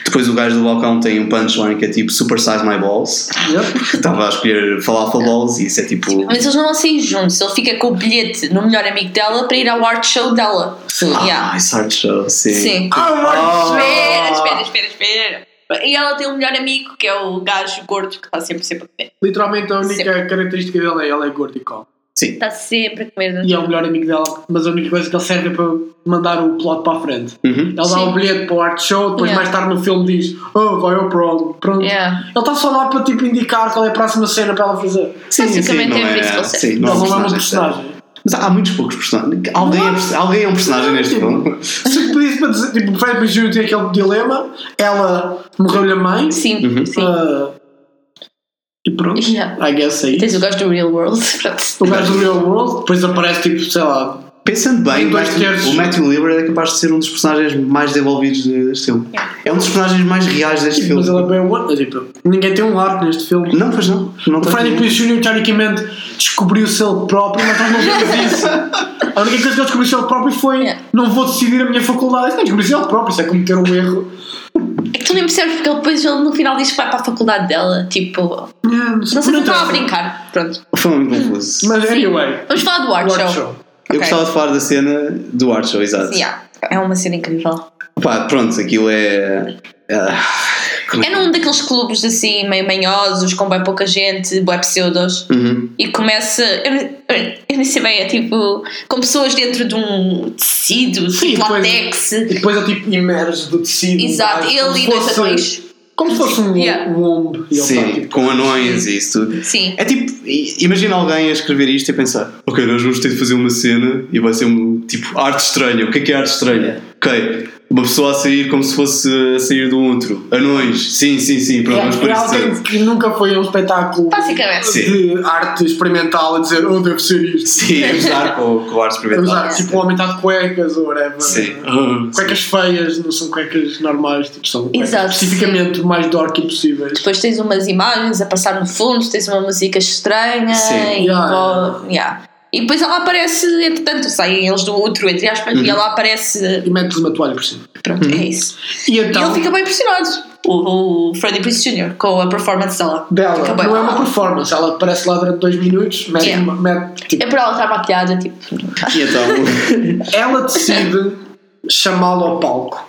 Speaker 2: Depois o gajo do balcão tem um punchline que é tipo Super Size My Balls.
Speaker 4: Yep.
Speaker 2: Que estava a escolher falafel balls e isso é tipo.
Speaker 5: Mas eles não vão sair juntos. Ele fica com o bilhete no melhor amigo dela para ir ao art show dela.
Speaker 4: Sim.
Speaker 5: Yeah.
Speaker 2: Ah, it's hard show, sim.
Speaker 5: Sim.
Speaker 4: Ah,
Speaker 5: Espera, espera, espera, espera. E ela tem um melhor amigo que é o gajo gordo que está sempre, sempre a
Speaker 4: Ah.
Speaker 5: comer.
Speaker 4: Literalmente a única característica dela é ela é gorda e come.
Speaker 2: Sim.
Speaker 5: Está Tá sempre a comer.
Speaker 4: E é o melhor amigo dela, mas a única coisa que ele serve é para mandar o plot para a frente.
Speaker 2: Uhum.
Speaker 4: Ela dá
Speaker 5: Sim.
Speaker 4: o bilhete para o art show, depois
Speaker 5: Yeah.
Speaker 4: mais tarde no filme diz Oh, vai ao prom, pronto.
Speaker 5: Yeah.
Speaker 4: Ele está só lá para tipo, indicar qual é a próxima cena para ela fazer.
Speaker 2: Sim, sim,
Speaker 5: Basicamente
Speaker 2: não
Speaker 5: é por
Speaker 2: é,
Speaker 5: isso que ele serve.
Speaker 2: sim, não é um
Speaker 4: Ela não é uma
Speaker 2: personagem. sério.
Speaker 4: personagem.
Speaker 2: Mas há há muitos poucos personagens. Alguém, é, perso- alguém é um personagem neste filme.
Speaker 4: Se eu pedisse para dizer, tipo, Fred Prinze Jr. tem aquele dilema, ela morreu-lhe a mãe.
Speaker 5: Sim,
Speaker 2: Uhum.
Speaker 5: sim.
Speaker 4: ah, e pronto.
Speaker 5: Yeah.
Speaker 4: I guess é isso.
Speaker 5: Tens o gajo do real world. Pronto.
Speaker 4: O gajo do Real World, depois aparece tipo, sei lá.
Speaker 2: Pensando bem,
Speaker 4: Tem
Speaker 2: o
Speaker 4: dois
Speaker 2: Matthew,
Speaker 4: terços.
Speaker 2: o Matthew Lillard é capaz de ser um dos personagens mais desenvolvidos deste filme. É um dos personagens mais reais deste
Speaker 4: Mas ele é
Speaker 2: filme.
Speaker 4: bem one. Tipo, ninguém tem um arco neste filme.
Speaker 2: Não, pois não. não
Speaker 4: O
Speaker 2: tem
Speaker 4: Freddy
Speaker 2: nenhum.
Speaker 4: Prinze Jr. teoricamente descobriu-se ele próprio, mas nós não vemos isso. A única coisa que ele descobriu-se ele próprio foi
Speaker 5: Yeah.
Speaker 4: não vou decidir a minha faculdade. Isso Não descobriu-se ele próprio, isso é cometer um erro.
Speaker 5: É Tu nem percebes porque ele depois ele, no final diz que vai para a faculdade dela. Tipo,
Speaker 4: Não,
Speaker 5: não sei se ele estava a
Speaker 4: interessa.
Speaker 5: brincar. Pronto.
Speaker 2: Foi muito confuso.
Speaker 4: Mas anyway.
Speaker 5: Vamos falar do Art,
Speaker 4: Art
Speaker 5: Show.
Speaker 4: Show.
Speaker 2: Eu
Speaker 5: Ok.
Speaker 2: gostava de falar da cena do Art Show, exato.
Speaker 5: Yeah, É uma cena incrível.
Speaker 2: Pá, pronto, aquilo é. ah, como
Speaker 5: É num daqueles clubes assim, meio manhosos, com bem pouca gente, bué pseudos.
Speaker 2: Uhum.
Speaker 5: E começa, eu, eu, eu nem sei bem, é tipo, com pessoas dentro de um tecido, tipo
Speaker 4: Sim,
Speaker 5: de
Speaker 4: depois-
Speaker 5: látex.
Speaker 4: E depois ele tipo emerge do tecido.
Speaker 5: Exato,
Speaker 4: vai,
Speaker 5: ele e
Speaker 4: como se
Speaker 5: dois
Speaker 4: fosse-
Speaker 5: anões.
Speaker 4: Como se fosse um,
Speaker 5: Yeah.
Speaker 4: um ombro. E ele tá,
Speaker 2: Sim,
Speaker 4: tipo,
Speaker 2: com anões e isso tudo.
Speaker 5: Sim.
Speaker 2: É tipo, i- imagina alguém a escrever isto e a pensar: Ok, nós vamos ter de fazer uma cena e vai ser um, tipo arte estranha. O que é que é arte estranha? Ok, uma pessoa a sair como se fosse a sair do outro. Anões, sim, sim, sim, pronto, vamos
Speaker 4: É,
Speaker 2: por
Speaker 4: para
Speaker 2: isso.
Speaker 4: alguém que nunca foi a um espetáculo
Speaker 5: Basicamente.
Speaker 2: Sim.
Speaker 4: de arte experimental a dizer oh, deve ser isto.
Speaker 2: Sim, a usar com, com a arte
Speaker 4: A
Speaker 2: experimental.
Speaker 4: usar tipo um homem está de cuecas ou whatever.
Speaker 2: É Sim.
Speaker 4: Cuecas feias, não são cuecas normais, tipo, são cuecas
Speaker 5: Exato,
Speaker 4: especificamente mais dorky possíveis.
Speaker 5: Depois tens umas imagens a passar no fundo, tens uma música estranha
Speaker 2: Sim.
Speaker 5: e
Speaker 4: Yeah.
Speaker 5: vol- yeah. E depois ela aparece, entretanto, saem eles do outro, entre aspas,
Speaker 2: Uhum.
Speaker 5: e ela aparece.
Speaker 4: E metes uma toalha por cima.
Speaker 5: Pronto, é isso.
Speaker 4: E
Speaker 5: E
Speaker 4: então,
Speaker 5: ele fica bem impressionado, o, o Freddie Prinze Jr., com a performance dela.
Speaker 4: dela,
Speaker 5: Fica bem-
Speaker 4: não é uma performance, ela aparece lá durante dois minutos, mete,
Speaker 5: Yeah.
Speaker 4: uma- mete, tipo,
Speaker 5: É para ela estar maquiada, tipo.
Speaker 2: E então,
Speaker 4: ela decide chamá-lo ao palco.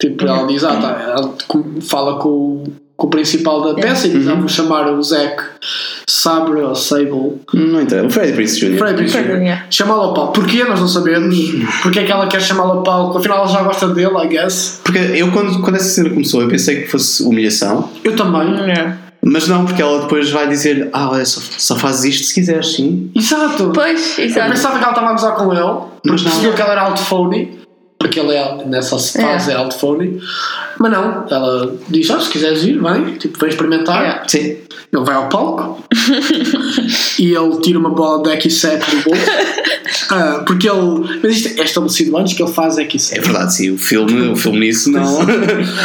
Speaker 4: Tipo, ela diz, ah, tá, ela com- fala com, o- com o principal da peça e diz, ah, vou chamar o Zac Sabre ou Sable.
Speaker 2: não interessa. O Freddy Prince Jr.
Speaker 4: Fred Prinze
Speaker 5: Fred,
Speaker 4: Jr.
Speaker 5: yeah.
Speaker 4: Chamá-lo ao palco. Porquê? Nós não sabemos. Porquê é que ela quer chamá-lo ao palco? Afinal, ela já gosta dele, I guess.
Speaker 2: Porque eu, quando, quando essa cena começou, eu pensei que fosse humilhação,
Speaker 4: Eu também.
Speaker 2: mas não, porque ela depois vai dizer: Ah, olha, só, só fazes isto se quiseres, sim.
Speaker 4: Exato.
Speaker 5: Pois,
Speaker 4: Eu
Speaker 5: exato.
Speaker 4: pensava que ela estava a gozar com ele,
Speaker 2: Mas
Speaker 4: porque
Speaker 2: não.
Speaker 4: percebeu que ela era altphone, porque ele é, nessa fase é, altphone, mas não, ela diz, ah, se quiseres ir, vem, tipo, vem experimentar.
Speaker 5: É.
Speaker 2: Sim.
Speaker 4: Ele vai ao palco e ele tira uma bola de Equisec do bolso. Ah, porque ele. Mas isto é estabelecido antes que ele faz
Speaker 2: É
Speaker 4: Equisec.
Speaker 2: verdade, sim. O filme, o filme nisso não.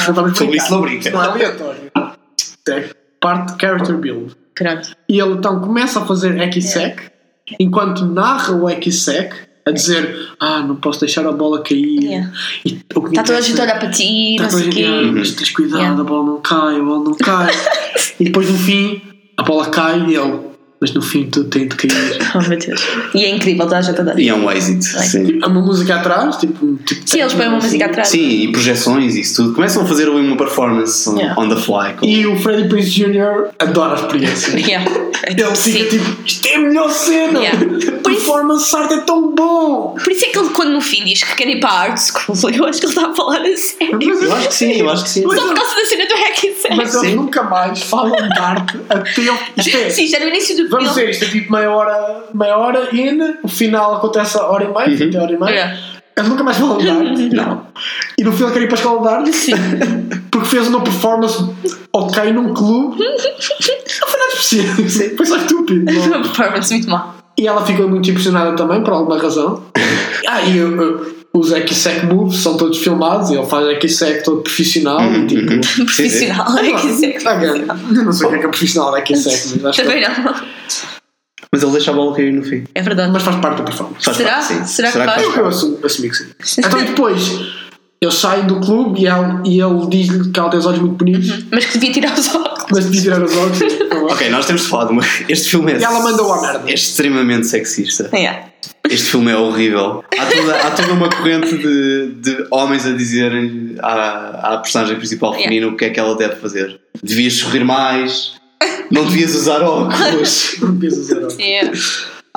Speaker 4: Totalmente
Speaker 2: Sobre isso não
Speaker 4: brincado.
Speaker 2: brinca.
Speaker 4: Isto Não é aleatório. Isto é parte de character build.
Speaker 5: Pronto.
Speaker 4: E ele então começa a fazer equisec,
Speaker 5: É.
Speaker 4: enquanto narra o equisec, a dizer: Ah, não posso deixar a bola cair.
Speaker 5: Yeah.
Speaker 4: E o que
Speaker 5: Está É. Tá toda
Speaker 4: interessa-
Speaker 5: a gente a olhar para ti,
Speaker 4: Está
Speaker 5: não
Speaker 4: toda a
Speaker 5: sei o
Speaker 4: gente
Speaker 5: quê.
Speaker 4: "Ah, mas tens cuidado,
Speaker 5: Yeah.
Speaker 4: a bola não cai, a bola não cai. e depois no fim, a bola cai e ele: Mas no fim tudo tem de cair.
Speaker 5: Oh, meu Deus. E é incrível, toda a gente a dar.
Speaker 2: E é um exit, sim.
Speaker 4: Há uma música atrás, tipo. tipo
Speaker 5: Sim, eles põem uma música atrás.
Speaker 2: Sim, e projeções e isso tudo. Começam a fazer uma performance on,
Speaker 5: Yeah.
Speaker 2: on the fly. Com...
Speaker 4: E o Freddie Prinze Jr. adora a experiência.
Speaker 5: Yeah.
Speaker 4: Ele fica
Speaker 5: Sim.
Speaker 4: tipo, isto é a melhor cena!
Speaker 5: Yeah.
Speaker 4: Performance art é tão bom!
Speaker 5: Por isso é que ele, quando no fim diz que quer ir para a art school, eu acho que ele está a falar a sério.
Speaker 2: Eu acho que sim, eu acho que sim.
Speaker 4: é.
Speaker 5: Só por causa da cena do hack and
Speaker 4: Mas
Speaker 5: Slash.
Speaker 4: eles nunca mais falam de arte até eu. Isto é.
Speaker 5: Sim, já no início do
Speaker 4: Vamos
Speaker 5: filme.
Speaker 4: ver, isto é tipo meia hora, meia hora in, o final acontece a hora e meia, até a hora e meia.
Speaker 5: Yeah. Uhum.
Speaker 4: Eles nunca mais falam de arte.
Speaker 2: Não.
Speaker 4: E no final querem ir para a escola de arte
Speaker 5: Sim.
Speaker 4: porque fez uma performance ok num clube. Não foi nada específico, foi só estúpido. não é?
Speaker 5: Uma performance muito má.
Speaker 4: E ela ficou muito impressionada também, por alguma razão. ah, e eu, eu, os Ekisek Moves são todos filmados e ele faz Ekisek todo profissional. e tipo,
Speaker 5: Profissional.
Speaker 4: ah,
Speaker 5: Hack and Slash.
Speaker 4: ah, cara, eu não sei o que é que é profissional da Ekisek, mas acho que
Speaker 5: Também não.
Speaker 2: Mas ele deixa a bola cair no fim.
Speaker 5: É verdade.
Speaker 4: mas faz parte da performance.
Speaker 2: Faz
Speaker 5: Será?
Speaker 2: parte, sim.
Speaker 5: Será que faz?
Speaker 4: Eu, eu assumo, assumi que sim. Então e depois eles saem do clube e ele, e ele diz-lhe que ela tem os olhos muito bonitos,
Speaker 5: Mas que devia tirar os óculos.
Speaker 4: mas de tirar os olhos. então,
Speaker 2: Ok, nós temos de falar de uma. Este filme é.
Speaker 4: E ela mandou à merda.
Speaker 2: É extremamente sexista.
Speaker 5: Yeah.
Speaker 2: Este filme é horrível. Há toda, há toda uma corrente de, de homens a dizerem à, à personagem principal feminina o que é que ela deve fazer. Devias sorrir mais, não devias usar óculos.
Speaker 4: Não pensas, era.
Speaker 5: Yeah.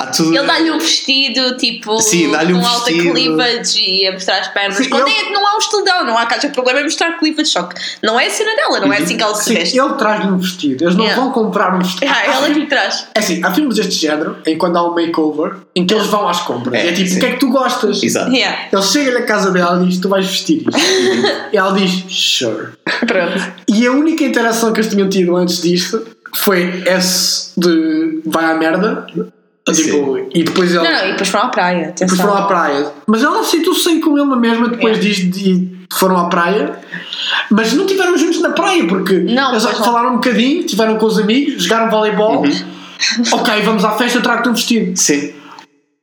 Speaker 2: Há tudo.
Speaker 5: É. Ele dá-lhe um vestido tipo
Speaker 2: Sim, dá-lhe um
Speaker 5: com alta
Speaker 2: vestido.
Speaker 5: cleavage e a mostrar as pernas.
Speaker 4: Sim,
Speaker 5: Quando
Speaker 4: ele-
Speaker 5: é- não há um estilão, não há caixa. O problema é mostrar cleavage, só que não é a cena dela, não é assim que ela se
Speaker 4: Uhum. Sim,
Speaker 5: veste.
Speaker 4: ele traz-lhe um vestido, eles não
Speaker 5: Yeah.
Speaker 4: vão comprar um vestido.
Speaker 5: Ah, ela que traz.
Speaker 4: É assim, há filmes deste género em quando há um makeover em que eles vão às compras.
Speaker 2: É,
Speaker 4: e é tipo,
Speaker 2: sim.
Speaker 4: o que é que tu gostas?
Speaker 2: Exato.
Speaker 5: Yeah.
Speaker 4: Ele chega na casa dela e diz, tu vais vestir isto. e ela diz, sure.
Speaker 5: Pronto.
Speaker 4: E a única interação que eles tinham tido antes disto foi esse de vai à merda. Tipo, e depois ele.
Speaker 5: Não, não, e depois foram à praia.
Speaker 4: Depois
Speaker 5: Atenção. É.
Speaker 4: foram à praia. Mas ela aceitou-se sair com ele na mesma depois disto e foram à praia. Mas não tiveram juntos na praia, porque
Speaker 5: Não,
Speaker 4: eles
Speaker 5: pois não.
Speaker 4: falaram um bocadinho, tiveram com os amigos, jogaram voleibol.
Speaker 2: Uhum.
Speaker 4: Ok, vamos à festa, eu trago-te um vestido.
Speaker 2: Sim.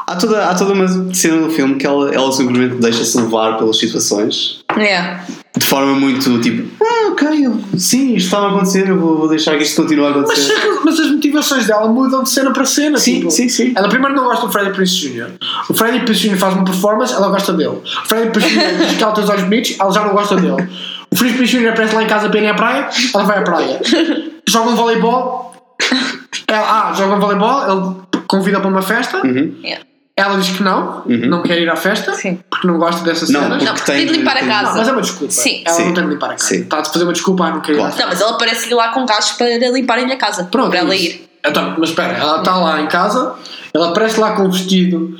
Speaker 2: Há toda, há toda uma cena no filme que ela, ela simplesmente deixa-se levar pelas situações
Speaker 5: Yeah.
Speaker 2: de forma muito tipo, ah, ok, eu- sim, isto estava a acontecer, eu vou, vou deixar que isto continue a
Speaker 4: Mas,
Speaker 2: acontecer.
Speaker 4: mas as motivações dela mudam de cena para cena.
Speaker 2: Sim,
Speaker 4: tipo,
Speaker 2: sim, sim.
Speaker 4: Ela primeiro não gosta do Freddie Prince Jr. O Freddie Prince Jr. faz uma performance, ela gosta dele. O Freddie Prince Jr. diz que ela tem os olhos bonitos, ela já não gosta dele. O Freddie Prince Jr. aparece lá em casa para irem à praia, ela vai à praia. Joga um voleibol. Ela, ah, joga um voleibol, ele convida para uma festa.
Speaker 2: Uhum.
Speaker 5: Yeah.
Speaker 4: Ela diz que não,
Speaker 2: Uhum.
Speaker 4: não quer ir à festa,
Speaker 5: Sim.
Speaker 4: porque não gosta dessas
Speaker 2: Não,
Speaker 4: cenas.
Speaker 2: porque
Speaker 5: Não, porque tem de
Speaker 2: tem-
Speaker 5: limpar a
Speaker 2: tem-
Speaker 5: casa.
Speaker 4: Não, mas é uma desculpa.
Speaker 5: Sim.
Speaker 4: Ela
Speaker 2: Sim.
Speaker 4: não tem de limpar a casa.
Speaker 2: Sim.
Speaker 4: Está a fazer uma desculpa, ah, não quer ir
Speaker 2: Claro.
Speaker 4: à
Speaker 5: Não, mas ela parece ir lá com gajos para limparem a casa.
Speaker 4: Pronto,
Speaker 5: para ela
Speaker 4: é isso.
Speaker 5: ir.
Speaker 4: Então, mas espera, ela está lá em casa, ela aparece lá com um vestido,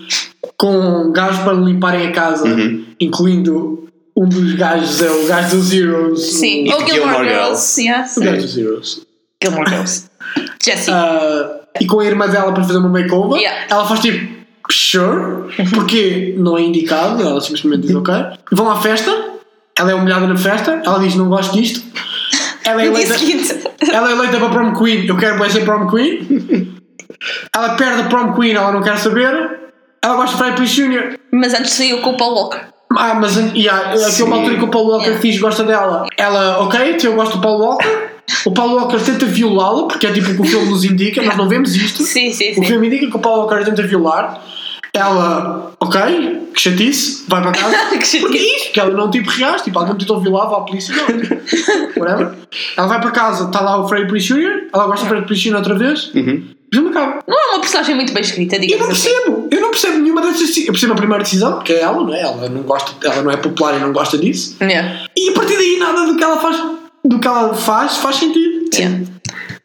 Speaker 4: com gajos para limparem a casa,
Speaker 2: Uhum.
Speaker 4: incluindo um dos gajos, é o gajo dos Heroes.
Speaker 5: Sim.
Speaker 2: E
Speaker 5: Ou
Speaker 4: Tipo
Speaker 2: de
Speaker 5: Gilmore,
Speaker 2: Gilmore
Speaker 5: Girls. yes.
Speaker 4: O gajo dos Heroes.
Speaker 5: Gilmore Girls. Jessie.
Speaker 4: Ah, e com a irmã dela para fazer uma makeover,
Speaker 5: Yeah.
Speaker 4: ela faz tipo, sure, porque não é indicado, ela simplesmente diz ok. Vão à festa, ela é humilhada na festa, ela diz não gosto disto. Ela é
Speaker 5: no dia
Speaker 4: eleita-
Speaker 5: seguinte.
Speaker 4: Ela é eleita para prom queen, eu quero bué ser prom queen. Ela perde a prom queen, ela não quer saber. Ela gosta de Freddie Prinze Jr.
Speaker 5: Mas antes saiu com o Paul Walker.
Speaker 4: Ah, mas yeah, aqui
Speaker 2: Sim.
Speaker 4: é uma altura que o Paulo Walker
Speaker 5: Yeah.
Speaker 4: fiz gosta dela. Ela, ok, então eu gosto do Paulo Walker. O Paulo Walker tenta violá-la, porque é tipo o que o filme nos indica, nós não vemos isto.
Speaker 5: Sim, sim,
Speaker 4: O
Speaker 5: sim.
Speaker 4: filme indica que o Paulo Walker tenta violar. Ela, ok, que chatice, vai para casa.
Speaker 5: Que chatice.
Speaker 4: Porque é isto, que ela não tipo reage, tipo, alguém tentou violar, vá à polícia, não. tipo, Whatever. Ela vai para casa, está lá o Freddie Prinze Jr., ela gosta do Freddie Prinze Jr. outra vez,
Speaker 2: Uhum.
Speaker 4: e me acaba.
Speaker 5: Não é uma personagem muito bem escrita,
Speaker 4: E eu não
Speaker 5: digamos assim.
Speaker 4: percebo, eu não percebo nenhuma dessas decisões. Eu percebo a primeira decisão, que é ela, não é? Ela não, gosta, ela não é popular e não gosta disso.
Speaker 5: Yeah.
Speaker 4: E a partir daí nada do que ela faz, do que ela faz, faz sentido.
Speaker 5: Yeah.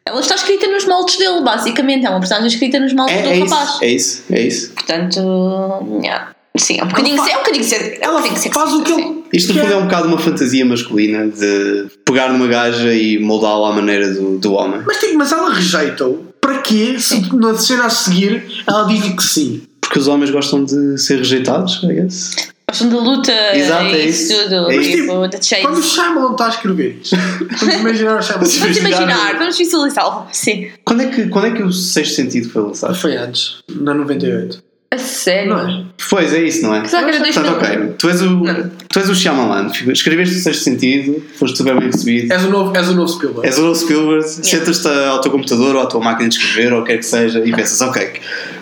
Speaker 5: Ela está escrita nos moldes dele, basicamente. É uma personagem escrita nos moldes
Speaker 2: É,
Speaker 5: do
Speaker 2: é
Speaker 5: rapaz.
Speaker 2: isso, é isso, é isso.
Speaker 5: Portanto, yeah. sim, é um bocadinho,
Speaker 4: Ela fa-
Speaker 5: é um bocadinho ser. é um
Speaker 4: Ela
Speaker 5: bocadinho ser-
Speaker 4: faz o que
Speaker 5: sim.
Speaker 4: ele.
Speaker 2: Isto no
Speaker 4: quer.
Speaker 2: fundo é um bocado uma fantasia masculina de pegar numa gaja e moldá-la à maneira do, do homem.
Speaker 4: Mas, tipo, mas ela rejeita-o. Para quê? Se na cena a seguir ela diz-lhe que sim.
Speaker 2: Porque os homens gostam de ser rejeitados, I guess.
Speaker 5: Gostam da luta
Speaker 2: Exato,
Speaker 5: e
Speaker 2: é
Speaker 5: isso
Speaker 2: isso.
Speaker 5: tudo.
Speaker 2: É
Speaker 5: tipo,
Speaker 2: isso.
Speaker 5: da
Speaker 4: Quando o
Speaker 5: Chase.
Speaker 4: Shyamalan está a escrever isto, vamos imaginar o Shyamalan.
Speaker 5: Vamos
Speaker 2: visualizar-
Speaker 5: imaginar, vamos visualizá-lo. Sim.
Speaker 2: Quando é que, quando é que o Sexto Sentido foi lançado?
Speaker 4: Ah, Foi antes, na 98.
Speaker 5: A sério.
Speaker 4: Não é?
Speaker 2: Pois, é isso, não é?
Speaker 5: Será que era dois
Speaker 2: Portanto, ok, tu és o,
Speaker 5: Não.
Speaker 2: tu és o Shyamalan, escreveste o Sexto Sentido, foste super bem recebido,
Speaker 4: És o novo, és o novo Spielberg.
Speaker 2: és o Will Spielberg, sentas-te ao teu computador ou à tua máquina de escrever ou o que é que seja e pensas, ok,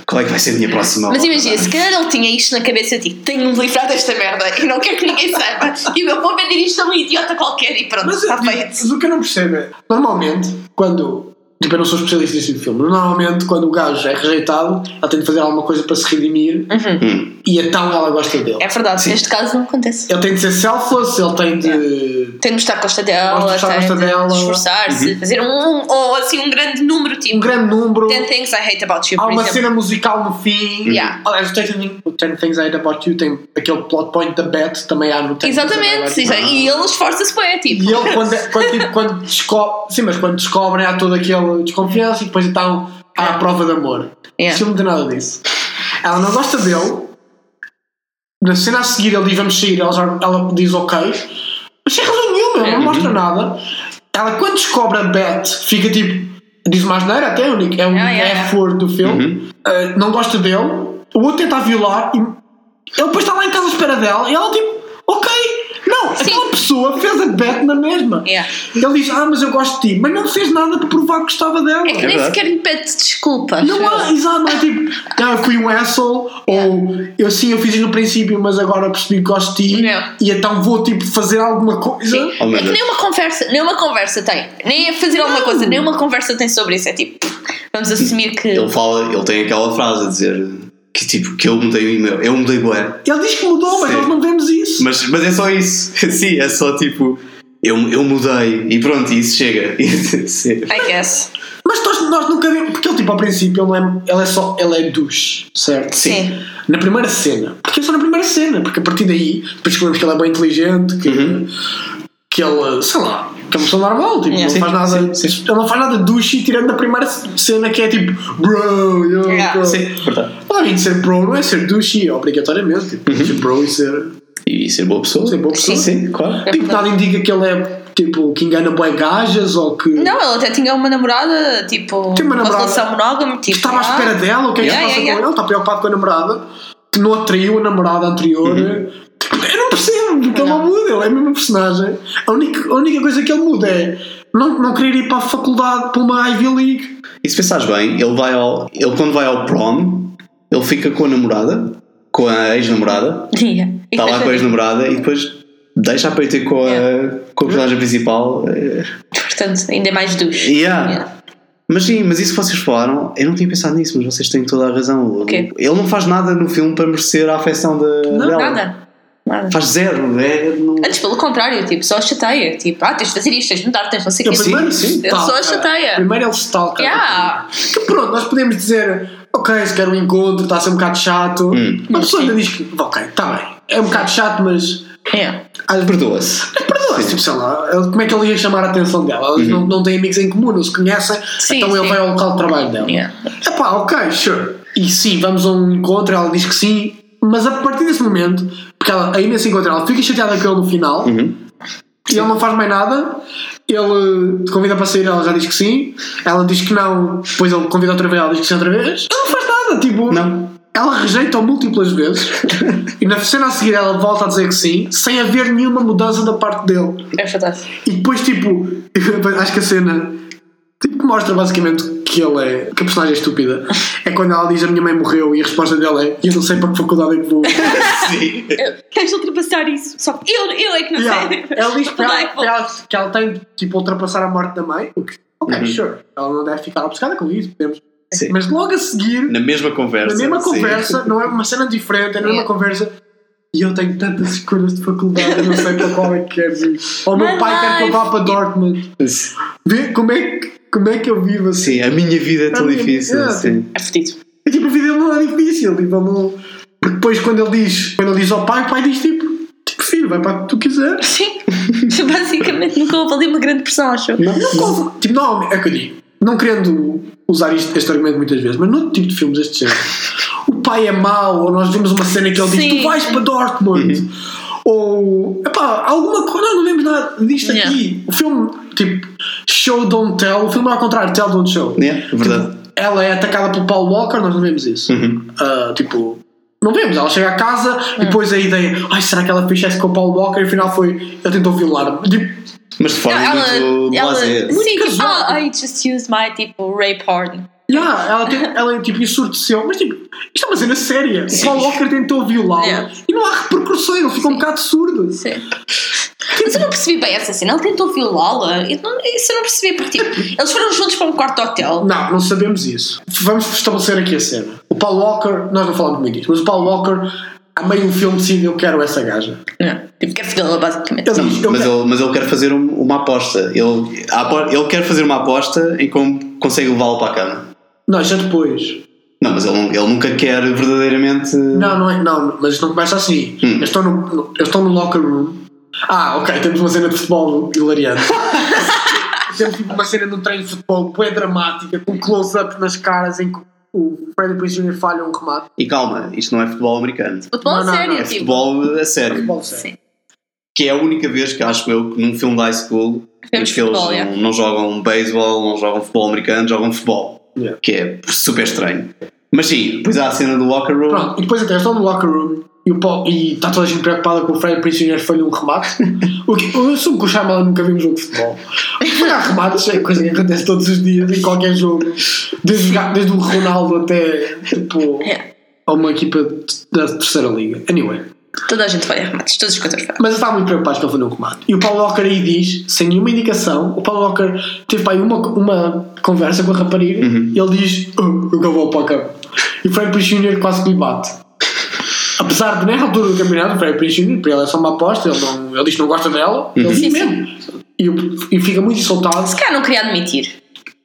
Speaker 2: qual é que vai ser a minha próxima
Speaker 5: Mas
Speaker 2: obra?
Speaker 5: imagina, se calhar ele tinha isto na cabeça de tipo, tenho-me de livrar desta merda e não quero que ninguém saiba. E eu vou vender isto a um idiota qualquer e pronto,
Speaker 4: Mas,
Speaker 5: está
Speaker 4: eu-
Speaker 5: feito.
Speaker 4: mas o que eu não percebo é, normalmente, quando. Tipo, eu não sou especialista nesse tipo de filme. Normalmente, quando o gajo é rejeitado, ela tem de fazer alguma coisa para se redimir e então ela gosta dele.
Speaker 5: Uhum, É verdade, neste caso não acontece.
Speaker 4: Ele tem de ser selfless, ele tem de.
Speaker 5: Tem de mostrar que gosta dela,
Speaker 4: Gosta de
Speaker 5: tem
Speaker 4: mostrar que gosta
Speaker 5: de
Speaker 4: dela. Uhum.
Speaker 5: esforçar-se, fazer um, ou assim um grande número, tipo
Speaker 4: Um grande número.
Speaker 5: 10 things I hate about you,
Speaker 4: Há
Speaker 5: por
Speaker 4: uma
Speaker 5: exemplo. Uhum.
Speaker 4: cena musical no fim.
Speaker 5: Yeah.
Speaker 4: Aliás, o 10 o 10 Things I Hate About You tem aquele plot point da Beth, também há no 10 Things I Hate About
Speaker 5: Exatamente,
Speaker 4: You.
Speaker 5: sim, e ele esforça-se para tipo.
Speaker 4: E ele, quando, quando, tipo, quando descobre. Sim, mas quando descobrem, há toda aquela desconfiança e depois então há a prova de amor.
Speaker 5: Yeah.
Speaker 4: Esse filme não tem nada disso. Ela não gosta dele. Na cena a seguir, ele diz vamos sair, ela, já- ela diz ok. Mas sem razão nenhuma,
Speaker 5: Uhum.
Speaker 4: ele não mostra nada. Ela, quando descobre a Beth, fica tipo. Diz mais neira, até é o único. É o
Speaker 5: Ah, yeah,
Speaker 4: F-word do filme. Uh, não gosta dele. O outro tenta violar e ele depois está lá em casa à espera dela e ela tipo, ok, não, aquela pessoa fez a bet na mesma.
Speaker 5: Yeah.
Speaker 4: Ele diz, ah, mas eu gosto de ti, mas não fez nada para provar que gostava dela.
Speaker 5: É que nem
Speaker 2: verdade.
Speaker 5: sequer lhe pede desculpa.
Speaker 4: Não há, exato, não é tipo, ah, eu fui um asshole, ou eu sim, eu fiz no princípio, mas agora percebi que gosto de ti,
Speaker 5: Yeah.
Speaker 4: e então vou tipo fazer alguma coisa.
Speaker 5: Sim.
Speaker 2: Oh, meu
Speaker 5: é que
Speaker 2: Deus.
Speaker 5: nem uma conversa, nem uma conversa tem. Nem é fazer alguma coisa, nem uma conversa tem sobre isso. É tipo, vamos assumir que.
Speaker 2: Ele fala, ele tem aquela frase a dizer que tipo, que eu mudei o meu, eu mudei bué.
Speaker 4: Ele diz que mudou, mas
Speaker 2: Sim.
Speaker 4: nós não vemos isso.
Speaker 2: Mas, mas é só isso. Sim, é só tipo. Eu, eu mudei e pronto, isso chega. Sim.
Speaker 5: I guess.
Speaker 4: Mas nós, nós nunca vemos, porque ele tipo ao princípio ele é, ele é só, ele é douche, certo?
Speaker 5: Sim.
Speaker 4: Na primeira cena. Porque é só na primeira cena. Porque a partir daí, depois descobrimos que ele é bem inteligente, que, que ele, sei lá, que é uma pessoa normal. Tipo,
Speaker 5: Yeah.
Speaker 4: não faz nada, Ele não faz nada douche tirando da primeira cena que é tipo, bro, yo,
Speaker 5: Yeah.
Speaker 4: bro.
Speaker 2: Sim, verdade.
Speaker 4: Para mim, ser bro não é ser douche, obrigatoriamente. Tipo, ser bro e ser,
Speaker 2: E ser boa pessoa.
Speaker 4: ser boa pessoa.
Speaker 2: Sim, claro.
Speaker 5: É
Speaker 4: Tipo, nada
Speaker 5: verdade.
Speaker 4: indica que ele é, tipo, que engana boé gajas ou que.
Speaker 5: Não, ele até tinha uma namorada, tipo,
Speaker 4: Tinha uma namorada.
Speaker 5: relação monógama, tipo.
Speaker 4: estava à
Speaker 5: ah,
Speaker 4: espera dela, o que é que
Speaker 5: Yeah,
Speaker 4: se passa
Speaker 5: yeah,
Speaker 4: com
Speaker 5: yeah.
Speaker 4: ele? Está preocupado com a namorada, que não atraiu a namorada anterior. Tipo, Eu não percebo, porque ele não muda, ele é o mesmo personagem. A única, a única coisa que ele muda é não, não querer ir para a faculdade, para uma Ivy League.
Speaker 2: E se pensares bem, ele vai ao. Ele quando vai ao prom, ele fica com a namorada, com a ex-namorada, está Tá lá com a ex-namorada e depois deixa para ir ter com a, com a personagem principal. eh,
Speaker 5: Portanto, ainda é mais ducho.
Speaker 2: Yeah. Mas sim, mas isso que vocês falaram, eu não tinha pensado nisso, mas vocês têm toda a razão.
Speaker 5: quê?
Speaker 2: Ele não faz nada no filme para merecer a afecção de,
Speaker 5: Não,
Speaker 2: dela.
Speaker 5: nada. Nada.
Speaker 2: Faz zero. É, não-
Speaker 5: Antes, pelo contrário, tipo, só chateia. Tipo, ah, tens de fazer isto, tens de mudar, tens de não sei o
Speaker 4: Ele
Speaker 5: que.
Speaker 4: É primeiro
Speaker 2: sim.
Speaker 5: Ele só
Speaker 4: stalka.
Speaker 5: chateia.
Speaker 4: Primeiro ele stalka.
Speaker 5: Yeah.
Speaker 4: Que pronto, nós podemos dizer, ok, se quer um encontro, está a ser um bocado chato.
Speaker 2: Hum.
Speaker 4: Uma pessoa ainda diz que, ok, está bem, é um bocado chato, mas.
Speaker 5: Yeah.
Speaker 4: às vezes-
Speaker 2: Perdoa-se.
Speaker 4: Perdoa, tipo, sei lá, ele- como é que ele ia chamar a atenção dela? Eles não, não têm amigos em comum, não se conhecem,
Speaker 5: Sim,
Speaker 4: então ele
Speaker 5: sim.
Speaker 4: vai ao local de trabalho dela.
Speaker 5: Yeah.
Speaker 4: Epá, ok, sure. E sim, vamos a um encontro, ela diz que sim, mas a partir desse momento, porque ela, aí nesse encontro ela fica chateada com ele no final, e ele não faz mais nada, ele te convida para sair, ela já diz que sim, ela diz que não, depois ele convida outra vez, ela diz que sim outra vez, ele não faz nada, tipo...
Speaker 2: Não.
Speaker 4: Ela rejeita-o múltiplas vezes e na cena a seguir ela volta a dizer que sim, sem haver nenhuma mudança da parte dele.
Speaker 5: É fantástico.
Speaker 4: E depois, tipo, acho que a cena tipo, que mostra basicamente que ele é. que a personagem é estúpida é quando ela diz a minha mãe morreu e a resposta dela é eu não sei para que faculdade é que vou.
Speaker 2: Sim.
Speaker 5: Tens de ultrapassar isso. Só que eu, eu é que não
Speaker 4: Yeah.
Speaker 5: sei.
Speaker 4: Ela diz que
Speaker 5: Como
Speaker 4: ela,
Speaker 5: é que vou?
Speaker 4: que ela- que ela tem de tipo, ultrapassar a morte da mãe, o que, ok, sure, ela não deve ficar obcecada com isso, podemos.
Speaker 2: Uhum. Sim.
Speaker 4: Mas logo a seguir,
Speaker 2: Na mesma conversa.
Speaker 4: na mesma
Speaker 2: sim.
Speaker 4: conversa, não é uma cena diferente, é na mesma
Speaker 5: Yeah.
Speaker 4: conversa. E eu tenho tantas escolhas de faculdade, eu não sei para qual é que quero ir. Ou o meu
Speaker 5: My
Speaker 4: pai quer que eu
Speaker 5: life.
Speaker 4: vá para Dortmund. Vê como é que, como é que eu vivo assim.
Speaker 2: Sim, a minha vida é tão
Speaker 4: A minha-
Speaker 2: difícil.
Speaker 4: é,
Speaker 2: sim.
Speaker 5: É fodido.
Speaker 4: E, tipo, a vida dele não é difícil. Tipo, ele não... Porque depois quando ele diz, quando ele diz ao pai, o pai diz tipo, tipo filho, vai para o que tu quiseres.
Speaker 5: Sim. Basicamente, nunca houve ali uma grande pressão, acho. eu.
Speaker 4: Não, tipo, não, é o que eu digo. Não querendo usar isto, este argumento muitas vezes, mas noutro tipo de filmes deste género, o pai é mau, ou nós vimos uma cena que ele diz,
Speaker 5: Sim.
Speaker 4: tu vais para Dortmund. Ou, epá, alguma coisa, não, não vemos nada disto
Speaker 5: Yeah.
Speaker 4: aqui. O filme, tipo, show don't tell, o filme é ao contrário, tell don't show.
Speaker 2: É, verdade.
Speaker 4: ela é atacada pelo Paul Walker, nós não vemos isso. Ah, tipo, não vemos. Ela chega a casa e depois a ideia, ai, será que ela fez sexo com o Paul Walker? E afinal foi, ele tentou violar-me. Tipo,
Speaker 2: Mas de forma muito
Speaker 5: ela,
Speaker 2: blasé.
Speaker 5: sim,
Speaker 4: Muito
Speaker 5: tipo,
Speaker 4: casual.
Speaker 5: ah, I just use my, tipo, rape porn.
Speaker 4: yeah, ela, tem, ela tipo, ensurdeceu, mas tipo, isto é uma cena séria. O Paul Walker tentou violá-la
Speaker 5: Yeah.
Speaker 4: e não há repercussões, ele fica um bocado surdo.
Speaker 5: Sim. Mas eu não percebi bem essa cena. Ele tentou violá-la. Eu não- Isso eu não percebi, porque tipo, eles foram juntos para um quarto de hotel.
Speaker 4: Não, não sabemos isso. Vamos estabelecer aqui a cena. O Paul Walker, nós não falamos muito disso, mas o Paul Walker, a meio do filme, decide eu quero essa gaja.
Speaker 5: Não. Tipo, quer fodê-la, basicamente.
Speaker 4: Ele
Speaker 2: Não,
Speaker 4: diz, eu
Speaker 2: mas,
Speaker 4: quero-
Speaker 2: ele, mas ele quer fazer um- uma aposta. Ele, a apo- ele quer fazer uma aposta em como consegue levá-lo para a cama.
Speaker 4: Não, já depois.
Speaker 2: Não, mas ele, nu- ele nunca quer verdadeiramente.
Speaker 4: Não, não, é- não, mas isto não começa assim. Eu, estou no, no- eu estou no locker room. Ah, ok, temos uma cena de futebol hilariante. temos tipo, uma cena de um treino de futebol bem dramática, com close-up nas caras em que o Freddy Prinze Jr. falha um remate.
Speaker 2: E calma, isto não é futebol americano.
Speaker 5: Futebol
Speaker 4: Não, não,
Speaker 5: a sério,
Speaker 4: não, é
Speaker 5: tipo.
Speaker 2: Futebol a sério.
Speaker 4: Futebol sério.
Speaker 5: Sim.
Speaker 2: Que é a única vez que acho eu que num filme de high school em
Speaker 5: Vemos
Speaker 2: que eles
Speaker 5: futebol,
Speaker 2: não, não jogam beisebol, não jogam futebol americano, jogam futebol.
Speaker 4: Yeah.
Speaker 2: Que é super estranho. Mas sim, pois há a cena do locker room.
Speaker 4: Pronto, e depois até estou no locker room e, o Paul, e está toda a gente preocupada com o Freddy Prinze Jr. falha um remate. o que, eu assumo que o Shyamalan nunca viu um jogo de futebol. Falhar remates é coisa que acontece todos os dias em qualquer jogo. Desde, os ga- desde o Ronaldo até tipo,
Speaker 5: Yeah.
Speaker 4: a uma equipa de- da terceira liga. Anyway.
Speaker 5: Toda a gente vai a remates. Todos os cantores falham.
Speaker 4: Mas eu estava muito preocupado que ele falhou um remate. E o Paulo Walker aí diz, sem nenhuma indicação, o Paulo Walker teve aí uma, uma conversa com a rapariga e ele diz: "Oh, Eu que vou para o campo. E o Frank Prince Jr. quase que lhe bate. Apesar de, nessa altura do campeonato, o Frank Prince Jr., para ele é só uma aposta, ele, não, ele diz que não gosta dela, ele diz mesmo. E, o- e fica muito insultado.
Speaker 5: Se calhar não queria admitir.